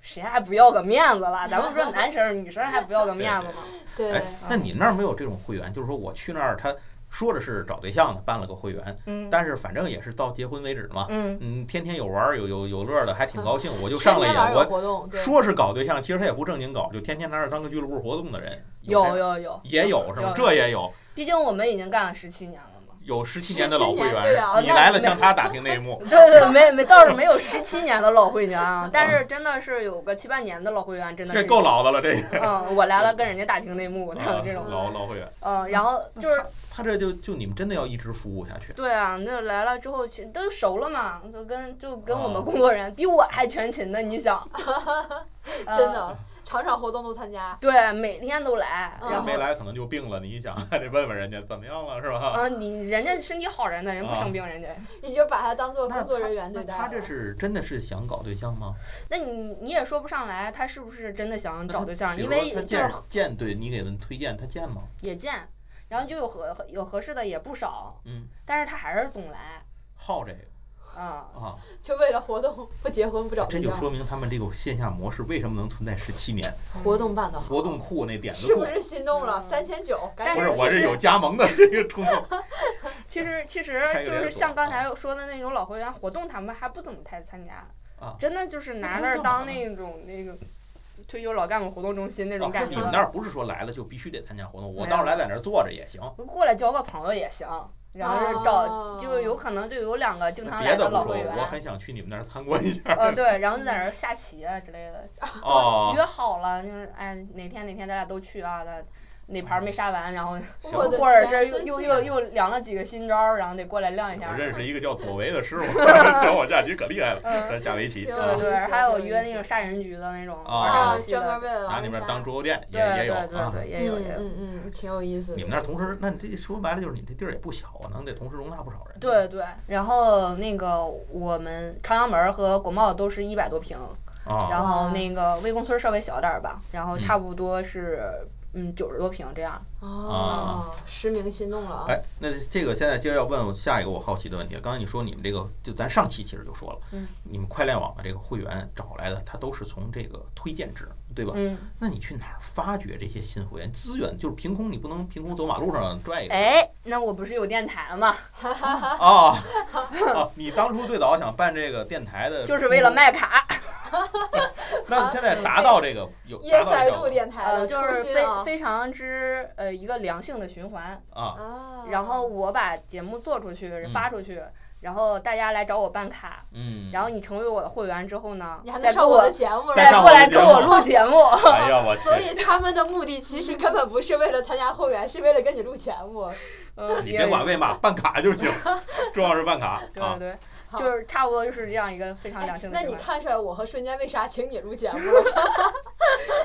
Speaker 3: 谁还不要个面子了？咱们 说男生儿、女生儿还不要个面子吗？嗯
Speaker 1: 对
Speaker 2: 哎，那你那儿没有这种会员？就是说我去那儿，他说的是找对象的，办了个会员，
Speaker 3: 嗯
Speaker 2: 但是反正也是到结婚为止嘛。
Speaker 3: 嗯，
Speaker 2: 嗯，天天有玩儿，有有有乐儿的，还挺高兴，我就
Speaker 1: 天
Speaker 2: 上了
Speaker 1: 天
Speaker 2: 瘾。
Speaker 1: 晚上有
Speaker 2: 我
Speaker 1: 活动，对，
Speaker 2: 说是搞对象，其实他也不正经搞，就天天拿着当个俱乐部活动的人。
Speaker 3: 有
Speaker 2: 这
Speaker 3: 有有，
Speaker 2: 也有是吗？
Speaker 3: 有
Speaker 2: 这也有
Speaker 3: 毕竟我们已经干了十七年了嘛。
Speaker 2: 有十七年的老会
Speaker 1: 17年对
Speaker 2: 员
Speaker 1: 啊，
Speaker 2: 你
Speaker 3: 那
Speaker 2: 来了
Speaker 3: 那
Speaker 2: 向他打听内 幕。
Speaker 3: 对对，没没倒是没有十七年的老会员啊，但是真的是有个七八年的老会员，真的
Speaker 2: 这
Speaker 3: 是
Speaker 2: 够。老的了，这个
Speaker 3: 嗯，我来了跟人家打听内幕，他
Speaker 2: 啊
Speaker 3: 有这种。
Speaker 2: 老老会员，
Speaker 3: 嗯，然后就是
Speaker 2: 他这就就你们真的要一直服务下去。
Speaker 3: 对啊，那来了之后其实都熟了嘛，就跟就跟我
Speaker 2: 啊
Speaker 3: 们工作人员比我还全勤呢，你想？呃
Speaker 1: 真。的场场活动都参加，
Speaker 3: 对，每天都来，
Speaker 1: 嗯
Speaker 2: 要
Speaker 3: 然后
Speaker 2: 没来可能就病了，你一想还得问问人家怎么样了，是吧？
Speaker 3: 嗯，你人家身体好着呢，人不
Speaker 2: 啊
Speaker 3: 生病，人家。
Speaker 1: 你就把他当做
Speaker 2: 那
Speaker 1: 工作
Speaker 2: 他
Speaker 1: 人员对
Speaker 2: 那
Speaker 1: 待了。
Speaker 2: 他这是真的是想搞对象吗？
Speaker 3: 那你你也说不上来，他是不是真的想
Speaker 2: 那
Speaker 3: 找
Speaker 2: 他
Speaker 3: 对象？
Speaker 2: 比
Speaker 3: 啊因
Speaker 2: 如说
Speaker 3: 为
Speaker 2: 他
Speaker 3: 就是
Speaker 2: 见见对你给人推荐，他见吗？
Speaker 3: 也见，然后就有合有合适的也不少，
Speaker 2: 嗯，
Speaker 3: 但是他还是总来，
Speaker 2: 好这个
Speaker 3: 嗯，
Speaker 2: 啊，
Speaker 1: 就为了活动不结婚不找
Speaker 2: 哎这
Speaker 1: 对
Speaker 2: 就
Speaker 1: 象，
Speaker 2: 说明他们这个线下模式为什么能存在十七年。
Speaker 1: 活动办的
Speaker 2: 活动库那点子
Speaker 1: 是
Speaker 2: 库
Speaker 1: 不，是心动了？
Speaker 3: 嗯
Speaker 1: 三千九，赶
Speaker 3: 但
Speaker 2: 不
Speaker 1: 紧
Speaker 2: 是
Speaker 3: 其
Speaker 2: 我是
Speaker 3: 实
Speaker 2: 有加盟的这个冲动。
Speaker 3: 其实其实
Speaker 2: 开个
Speaker 3: 就
Speaker 2: 连
Speaker 3: 是
Speaker 2: 锁
Speaker 3: 像刚
Speaker 2: 啊
Speaker 3: 才说的那种老会员活动，他们还不怎么太参加，
Speaker 2: 啊
Speaker 3: 真的就是
Speaker 2: 他
Speaker 3: 拿那
Speaker 2: 们
Speaker 3: 儿
Speaker 2: 干嘛
Speaker 3: 当
Speaker 2: 呢
Speaker 3: 那种那个退休老干部活动中心那种
Speaker 2: 啊
Speaker 3: 感
Speaker 2: 你
Speaker 3: 觉。
Speaker 2: 们那儿不是说来了就必须得参加活动，我
Speaker 3: 没
Speaker 2: 到时
Speaker 3: 有
Speaker 2: 候来在那儿坐着也行。
Speaker 3: 过来交个朋友也行，然后是
Speaker 1: 哦
Speaker 3: 找就有可能就有两个经常
Speaker 2: 别
Speaker 3: 来
Speaker 2: 的不
Speaker 3: 老
Speaker 2: 说，
Speaker 3: 会
Speaker 2: 我
Speaker 3: 员，
Speaker 2: 很想去你们那儿参观 一下。
Speaker 3: 呃对，然后就在那儿下棋啊之类的，
Speaker 2: 哦，
Speaker 3: 约好了，就是哎哪天哪天咱俩都去啊，咱哪盘儿没杀完，然后
Speaker 2: 行
Speaker 1: 我的
Speaker 3: 或者
Speaker 1: 天啊
Speaker 3: 是又
Speaker 1: 真
Speaker 3: 又
Speaker 1: 是
Speaker 3: 又又量了几个新招儿，然后得过来亮一下
Speaker 2: 我。认识一个叫左维的师傅， 教我下棋可厉害了，
Speaker 3: 嗯，
Speaker 2: 咱下围棋。
Speaker 1: 对
Speaker 3: 对
Speaker 2: 啊
Speaker 3: 对，
Speaker 1: 嗯
Speaker 3: 还有约那种杀人局的那种
Speaker 2: 啊
Speaker 3: 玩儿
Speaker 1: 啊，
Speaker 3: 游戏的
Speaker 1: 专门为了
Speaker 2: 然后
Speaker 1: 狼
Speaker 2: 那
Speaker 1: 人
Speaker 2: 边
Speaker 1: 杀
Speaker 2: 当。桌游店也
Speaker 3: 对
Speaker 2: 也有
Speaker 3: 对对
Speaker 2: 啊。
Speaker 3: 对，也有
Speaker 1: 嗯
Speaker 3: 也有。
Speaker 1: 嗯嗯，挺有意思的。
Speaker 2: 你们那儿同时，那你这说白了就是你这地儿也不小啊，能得同时容纳不少人。
Speaker 3: 对对，然后那个我们朝阳门儿和国贸都是一百多平，
Speaker 2: 啊，
Speaker 3: 然后
Speaker 1: 哇
Speaker 3: 那个魏公村儿稍微小点儿吧，然后
Speaker 2: 嗯
Speaker 3: 差不多是嗯九十多平这样。
Speaker 1: 哦，实名心动了啊！
Speaker 2: 啊哎，那这个现在接着要问我下一个我好奇的问题。刚才你说你们这个，就咱上期其实就说了，
Speaker 3: 嗯
Speaker 2: 你们快链网的这个会员找来的，他都是从这个推荐制，对吧？
Speaker 3: 嗯，
Speaker 2: 那你去哪儿发掘这些新会员资源？就是凭空，你不能凭空走马路上拽一个。
Speaker 3: 哎，那我不是有电台嘛，
Speaker 2: 啊啊！你当初最早想办这个电台的，
Speaker 3: 就是为了。卖卡。
Speaker 2: 那你现在达到这个有
Speaker 3: ，E
Speaker 1: 耶
Speaker 2: 达到
Speaker 1: 塞
Speaker 2: 这
Speaker 1: 度
Speaker 2: 个
Speaker 1: 电台
Speaker 3: 呃，
Speaker 1: 的
Speaker 3: 就是
Speaker 1: 初心
Speaker 3: 非
Speaker 1: 啊
Speaker 3: 非常之呃一个良性的循环。
Speaker 2: 啊
Speaker 1: 啊，
Speaker 3: 然后我把节目做出去，
Speaker 2: 嗯
Speaker 3: 发出去，然后大家来找我办卡，
Speaker 2: 嗯，
Speaker 3: 然后你成为我的会员之后呢
Speaker 1: 你还，能
Speaker 3: 再给
Speaker 1: 上我
Speaker 3: 我
Speaker 1: 的节目，
Speaker 2: 再
Speaker 3: 再
Speaker 1: 然后
Speaker 2: 上
Speaker 3: 过
Speaker 2: 我的
Speaker 3: 来
Speaker 2: 节
Speaker 3: 给
Speaker 2: 目
Speaker 3: 我录 节目。
Speaker 2: 哎呀我去，
Speaker 1: 所以他们的目的其实根本不是为了参加会员，是为了跟你录节目。
Speaker 3: 嗯，
Speaker 2: 你
Speaker 3: 也
Speaker 2: 别管喂 马，办卡就行，重要是办卡
Speaker 3: 对
Speaker 2: 啊。
Speaker 3: 对，
Speaker 1: 好
Speaker 3: 就是差不多就是这样一个非常良性的
Speaker 1: 哎那
Speaker 3: 循
Speaker 1: 你
Speaker 3: 环。
Speaker 1: 看出来我和瞬间为啥请你录节 目？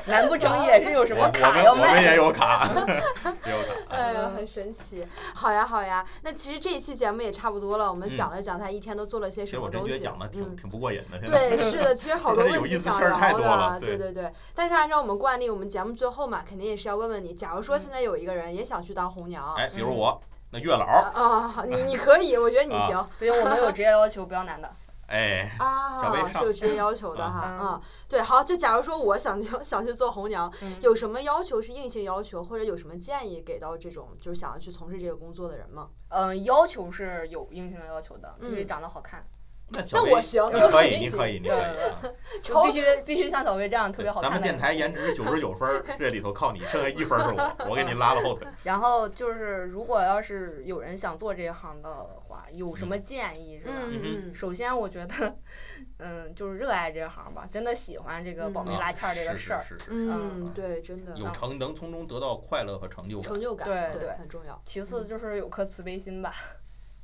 Speaker 3: 难不成也是有什
Speaker 2: 啊我
Speaker 3: 么
Speaker 2: 我
Speaker 3: 卡
Speaker 2: 们
Speaker 3: 要
Speaker 2: 我 们也
Speaker 3: 卖？
Speaker 2: 有卡，也有卡。
Speaker 1: 哎呀，很神奇。好呀，好呀。那其实这一期节目也差不多了，我们
Speaker 2: 嗯
Speaker 1: 讲了讲他一天都做了些
Speaker 2: 其
Speaker 1: 什
Speaker 2: 实我
Speaker 1: 么
Speaker 2: 真
Speaker 1: 东
Speaker 2: 觉得
Speaker 1: 西。
Speaker 2: 讲的挺
Speaker 1: 嗯，
Speaker 2: 挺不过瘾的，现在。
Speaker 1: 对，是的，其实好多
Speaker 2: 真的有
Speaker 1: 问
Speaker 2: 意
Speaker 1: 题
Speaker 2: 思
Speaker 1: 想
Speaker 2: 事儿
Speaker 1: 聊
Speaker 2: 太多
Speaker 1: 的啊
Speaker 2: 了，
Speaker 1: 对
Speaker 2: 对
Speaker 1: 对对。但是按照我们惯例，我们节目最后嘛，肯定也是要问问你，假如说现在有一个人也想去当红娘， 啊
Speaker 2: 嗯哎，比如
Speaker 3: 嗯
Speaker 2: 我那月老，
Speaker 1: 啊，你你可以，我觉得你行。
Speaker 3: 不行，我们有职业要求，不要男的。
Speaker 2: 哎，小
Speaker 1: 啊
Speaker 2: 微，商
Speaker 1: 是有职业要求的哈，
Speaker 3: 嗯
Speaker 1: 啊，对，好，就假如说我想去 想去做红娘，
Speaker 3: 嗯
Speaker 1: 有什么要求是硬性要求，或者有什么建议给到这种就是想要去从事这个工作的人吗？
Speaker 3: 嗯，要求是有硬性的要求的，必须
Speaker 1: 嗯
Speaker 3: 长得 好看，
Speaker 2: 那小
Speaker 1: 那
Speaker 2: 薇
Speaker 1: 我行，
Speaker 2: 你可以，
Speaker 1: 以
Speaker 2: 你可以，你可以啊！
Speaker 3: 就
Speaker 1: 超
Speaker 3: 必须必须像小薇这 样特别好
Speaker 2: 咱
Speaker 3: 看
Speaker 2: 们
Speaker 3: 的
Speaker 2: 电
Speaker 3: 人。
Speaker 2: 台颜值九十九分儿，这里头靠你，剩下一分儿是我，我给你拉了后腿。
Speaker 3: 然后就是，如果要是有人想做这一行的话，有什么建议是吧？
Speaker 1: 嗯嗯
Speaker 3: 首先，我觉得，嗯，就是热爱这行吧，真的喜欢这个保媒
Speaker 2: 啊
Speaker 3: 拉纤儿这个
Speaker 2: 是
Speaker 3: 事儿。
Speaker 2: 是是
Speaker 1: 嗯，
Speaker 2: 嗯
Speaker 1: 对，真的
Speaker 2: 有成能从中得到快乐和成就感
Speaker 1: 成就感，
Speaker 3: 对
Speaker 1: 对
Speaker 3: 对
Speaker 1: 很重要
Speaker 3: 其次就是有颗慈悲心吧，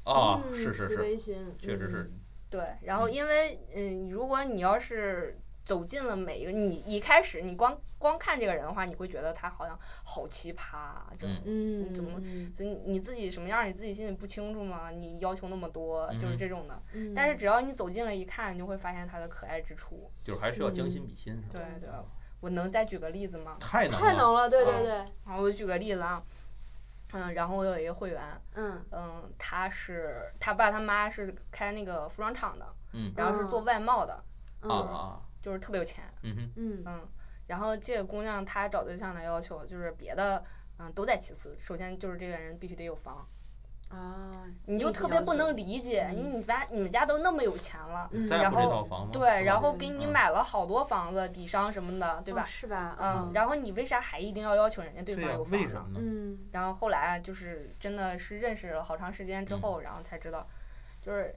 Speaker 2: 啊！
Speaker 1: 嗯
Speaker 2: 是是
Speaker 1: 慈
Speaker 2: 是，
Speaker 1: 悲心嗯
Speaker 2: 确实是，
Speaker 3: 对。然后，因为嗯，如果你要是走进了每一个，你一开始你光光看这个人的话，你会觉得他好像好奇葩、啊，这种。
Speaker 2: 嗯
Speaker 1: 嗯，
Speaker 3: 嗯怎么
Speaker 1: 嗯
Speaker 3: 所以你自己什么样儿，你自己心里不清楚吗？你要求那么多，就是
Speaker 2: 嗯
Speaker 3: 这种的。
Speaker 1: 嗯
Speaker 3: 但是只要你走近了一看，你就会发现它的可爱之处。
Speaker 2: 就是还需要将心比心，是吧？
Speaker 3: 对对，我能再举个例子吗？
Speaker 2: 太
Speaker 1: 嗯太
Speaker 2: 难了，
Speaker 1: 能了，对对
Speaker 2: 啊
Speaker 1: 对，
Speaker 3: 然后我举个例子啊，嗯，然后我有一个会员，
Speaker 1: 嗯
Speaker 3: 嗯，他是他爸他妈是开那个服装厂的，
Speaker 2: 嗯
Speaker 3: 然后是做外贸的，
Speaker 2: 啊
Speaker 1: 嗯
Speaker 2: 啊，
Speaker 3: 就是特别有钱，
Speaker 2: 嗯哼，
Speaker 1: 嗯
Speaker 3: 嗯。然后这个姑娘她找对象的要求就是别的，嗯，都在其次，首先就是这个人必须得有房，
Speaker 1: 啊，
Speaker 3: 你就
Speaker 1: 硬性
Speaker 3: 特别
Speaker 1: 要
Speaker 3: 不
Speaker 1: 求
Speaker 3: 能理解，
Speaker 1: 嗯
Speaker 3: 你你家你们家都那么有钱了，
Speaker 1: 嗯
Speaker 2: 在乎
Speaker 3: 然
Speaker 2: 这
Speaker 3: 后
Speaker 2: 套房吗？
Speaker 3: 对，然
Speaker 2: 后
Speaker 3: 后给你
Speaker 2: 嗯
Speaker 3: 买了好多房子、底商什么的，对
Speaker 1: 哦
Speaker 3: 吧？
Speaker 1: 是吧？
Speaker 3: 嗯，然后你为啥还一定要要求人家对
Speaker 2: 对
Speaker 3: 方
Speaker 2: 呀
Speaker 3: 有，房
Speaker 2: 为
Speaker 3: 呢？
Speaker 2: 什么呢？
Speaker 1: 嗯
Speaker 3: 然后后来啊，就是真的是认识了好长时间之后，然后才知道，就是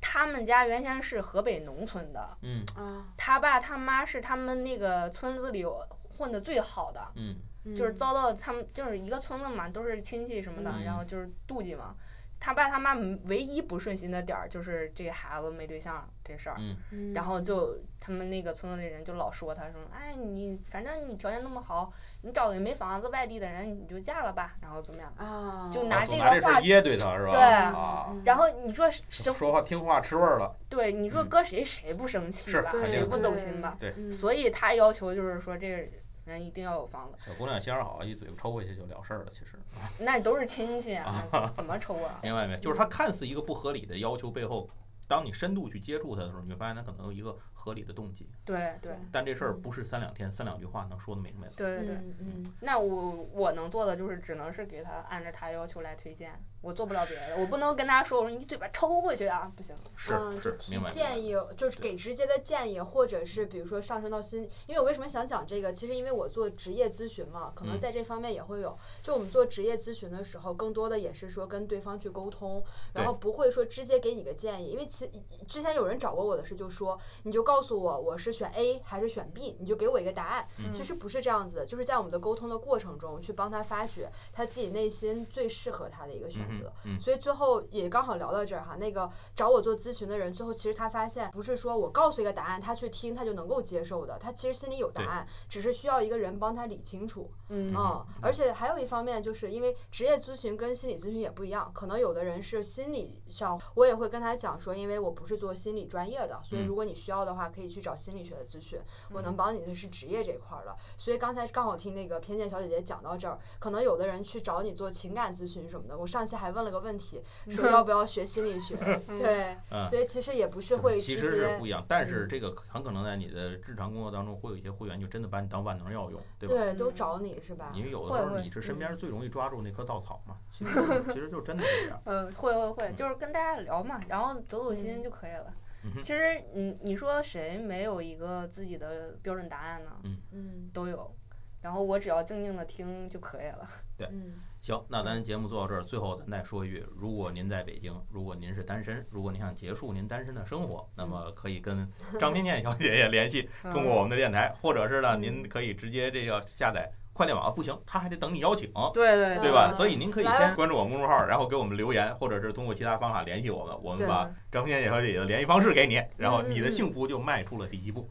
Speaker 3: 他们家原先是河北农村的，
Speaker 2: 嗯
Speaker 1: 啊，
Speaker 3: 他爸他妈是他们那个村子里有混的最好的，
Speaker 2: 嗯
Speaker 3: 就是
Speaker 1: 嗯
Speaker 3: 遭到他们就是一个村子嘛，都是亲戚什么的，
Speaker 2: 嗯
Speaker 3: 然后就是妒忌嘛。他爸他妈唯一不顺心的点儿就是这孩子没对象这事儿，
Speaker 2: 嗯
Speaker 1: 嗯
Speaker 3: 然后就他们那个村子里人就老说他说，哎，你反正你条件那么好，你找个没房子外地的人你就嫁了吧，然后怎么样？
Speaker 1: 啊，
Speaker 3: 就
Speaker 2: 啊
Speaker 3: 拿
Speaker 2: 总
Speaker 3: 这
Speaker 2: 拿这
Speaker 3: 个
Speaker 2: 事儿
Speaker 3: 话，
Speaker 2: 噎对他是吧？
Speaker 3: 对
Speaker 1: 嗯
Speaker 2: 啊，
Speaker 3: 然后你说生
Speaker 2: 说话听话吃味儿了，
Speaker 3: 对你说
Speaker 2: 嗯
Speaker 3: 搁谁谁不生气
Speaker 2: 是
Speaker 3: 吧，
Speaker 2: 肯
Speaker 3: 谁
Speaker 2: 定
Speaker 3: 不
Speaker 2: 的
Speaker 3: 走心吧？
Speaker 2: 对
Speaker 1: 对嗯
Speaker 3: 所以他要求就是说这个人一定要有房子，
Speaker 2: 小姑娘心眼儿好，一嘴巴抽过去就了事儿了，其实。
Speaker 3: 那你都是亲戚 啊，那怎么抽啊？
Speaker 2: 明白没？就是他看似一个不合理的要求背后，当你深度去接触他的时候，你会发现他可能有一个合理的动机。
Speaker 3: 对对
Speaker 2: 但这事儿不是三两天、三两句话能说得明白的。
Speaker 3: 对对对，
Speaker 1: 嗯嗯
Speaker 3: 那我我能做的就是只能是给他按照他要求来推荐，我做不了别的，我不能跟他说我说你嘴巴抽回去啊，不行。
Speaker 2: 是，
Speaker 1: 嗯，就是提
Speaker 2: 明白。
Speaker 1: 建
Speaker 2: 明
Speaker 1: 议，就是
Speaker 2: 对
Speaker 1: 给直接的建议，或者是比如说上升到心，因为我为什么想讲这个，其实因为我做职业咨询嘛，可能
Speaker 2: 嗯
Speaker 1: 在这方面也会有。就我们做职业咨询的时候，更多的也是说跟对方去沟通，然后不会说直接给你个建议，因为其之前有人找过我的是就说，你就告诉我我是选 A 还是选 B，你就给我一个答案。
Speaker 2: 嗯
Speaker 1: 其实不是这样子的，就是在我们的沟通的过程中，去帮他发掘他自己内心最适合他的一个选
Speaker 2: 白嗯
Speaker 1: 择。
Speaker 2: 嗯
Speaker 1: 所以最后也刚好聊到这儿哈。那个找我做咨询的人，最后其实他发现，不是说我告诉一个答案，他去听他就能够接受的，他其实心里有答
Speaker 2: 对
Speaker 1: 案，只是需要一个人帮他理清楚。
Speaker 3: 嗯
Speaker 1: 嗯，而且还有一方面，就是因为职业咨询跟心理咨询也不一样，可能有的人是心理上，我也会跟他讲说，因为我不是做心理专业的，所以
Speaker 2: 嗯
Speaker 1: 如果你需要的话，可以去找心理学的咨询，我能帮你的是职业这一块儿的。所以刚才刚好听那个偏见小姐姐讲到这儿，可能有的人去找你做情感咨询什么的，我上期还问了个问题， 说要不要学心理学，对，
Speaker 2: 嗯
Speaker 1: 所以其实也不是
Speaker 2: 就是
Speaker 1: 会
Speaker 2: 其
Speaker 1: 直
Speaker 2: 实是
Speaker 1: 接嗯
Speaker 2: 不一样，但是这个很可能在你的日常工作当中，会有一些会员就真的把你当万能药用，对吧？
Speaker 1: 对都找你是吧？嗯
Speaker 2: 因为有的时
Speaker 3: 会
Speaker 2: 候
Speaker 3: 会
Speaker 2: 你是身边最容易抓住那棵稻草嘛，其实其实就真的是这样。
Speaker 3: 嗯，会会会，就是跟大家聊嘛，然后走走心
Speaker 1: 嗯
Speaker 3: 就可以了。
Speaker 2: 嗯哼
Speaker 3: 其实你你说谁没有一个自己的标准答案呢？
Speaker 1: 嗯
Speaker 3: 都有，然后我只要静静的听就可以了。
Speaker 1: 嗯，
Speaker 2: 行，那咱节目做到这儿，最后咱再说一句：如果您在北京，如果您是单身，如果您想结束您单身的生活，那
Speaker 1: 嗯
Speaker 2: 么可以跟张天健小姐姐联系，通
Speaker 3: 嗯
Speaker 2: 过我们的电台，或者是呢，
Speaker 1: 嗯
Speaker 2: 您可以直接这个下载快电网，不行，他还得等你邀请。
Speaker 3: 对对
Speaker 2: 对嗯吧？所以您可以
Speaker 1: 来
Speaker 2: 先关注我们公众号，然后给我们留言，或者是通过其他方法联系我们。我们
Speaker 1: 对
Speaker 2: 把张天健小姐姐的联系方式给你，然后
Speaker 1: 嗯
Speaker 2: 你的
Speaker 1: 嗯
Speaker 2: 幸福就迈出了第一 步。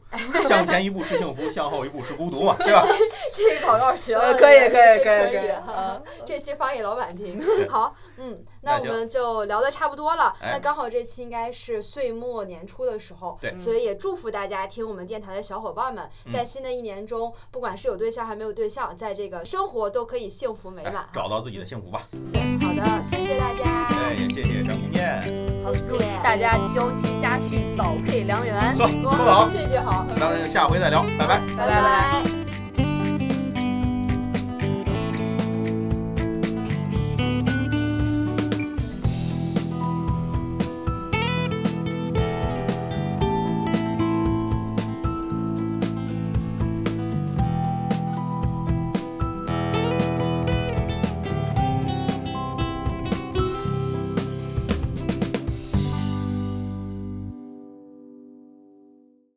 Speaker 2: 向前一步是幸福，向后一步是孤独 嘛，对吧？
Speaker 1: 这个广告学
Speaker 3: 呃
Speaker 1: 了，
Speaker 3: 可以
Speaker 1: 这
Speaker 3: 可以
Speaker 1: 这
Speaker 3: 可以
Speaker 1: 可
Speaker 3: 可以
Speaker 1: 哈
Speaker 3: 啊
Speaker 1: 这期发给老板听
Speaker 2: 对。
Speaker 1: 好，嗯，
Speaker 2: 那
Speaker 1: 那我
Speaker 2: 行
Speaker 1: 们就聊的差不多了。
Speaker 2: 哎
Speaker 1: 那刚好这期应该是岁末年初的时候，
Speaker 3: 嗯
Speaker 2: 对嗯
Speaker 1: 所以也祝福大家听我们电台的小伙伴们，在新的一年中，不管是有对象还没有对象，想在这个生活都可以幸福美满
Speaker 2: 哎。找到自己的幸福吧。
Speaker 1: 好的，谢谢大家，
Speaker 2: 哎，也谢谢张明念，
Speaker 1: 好，
Speaker 3: 祝大家娇妻佳婿，早配良缘。
Speaker 2: 喝喝好，啊
Speaker 1: 这句好，
Speaker 2: 咱们下回再聊，拜拜。
Speaker 1: 拜
Speaker 3: 拜
Speaker 1: 拜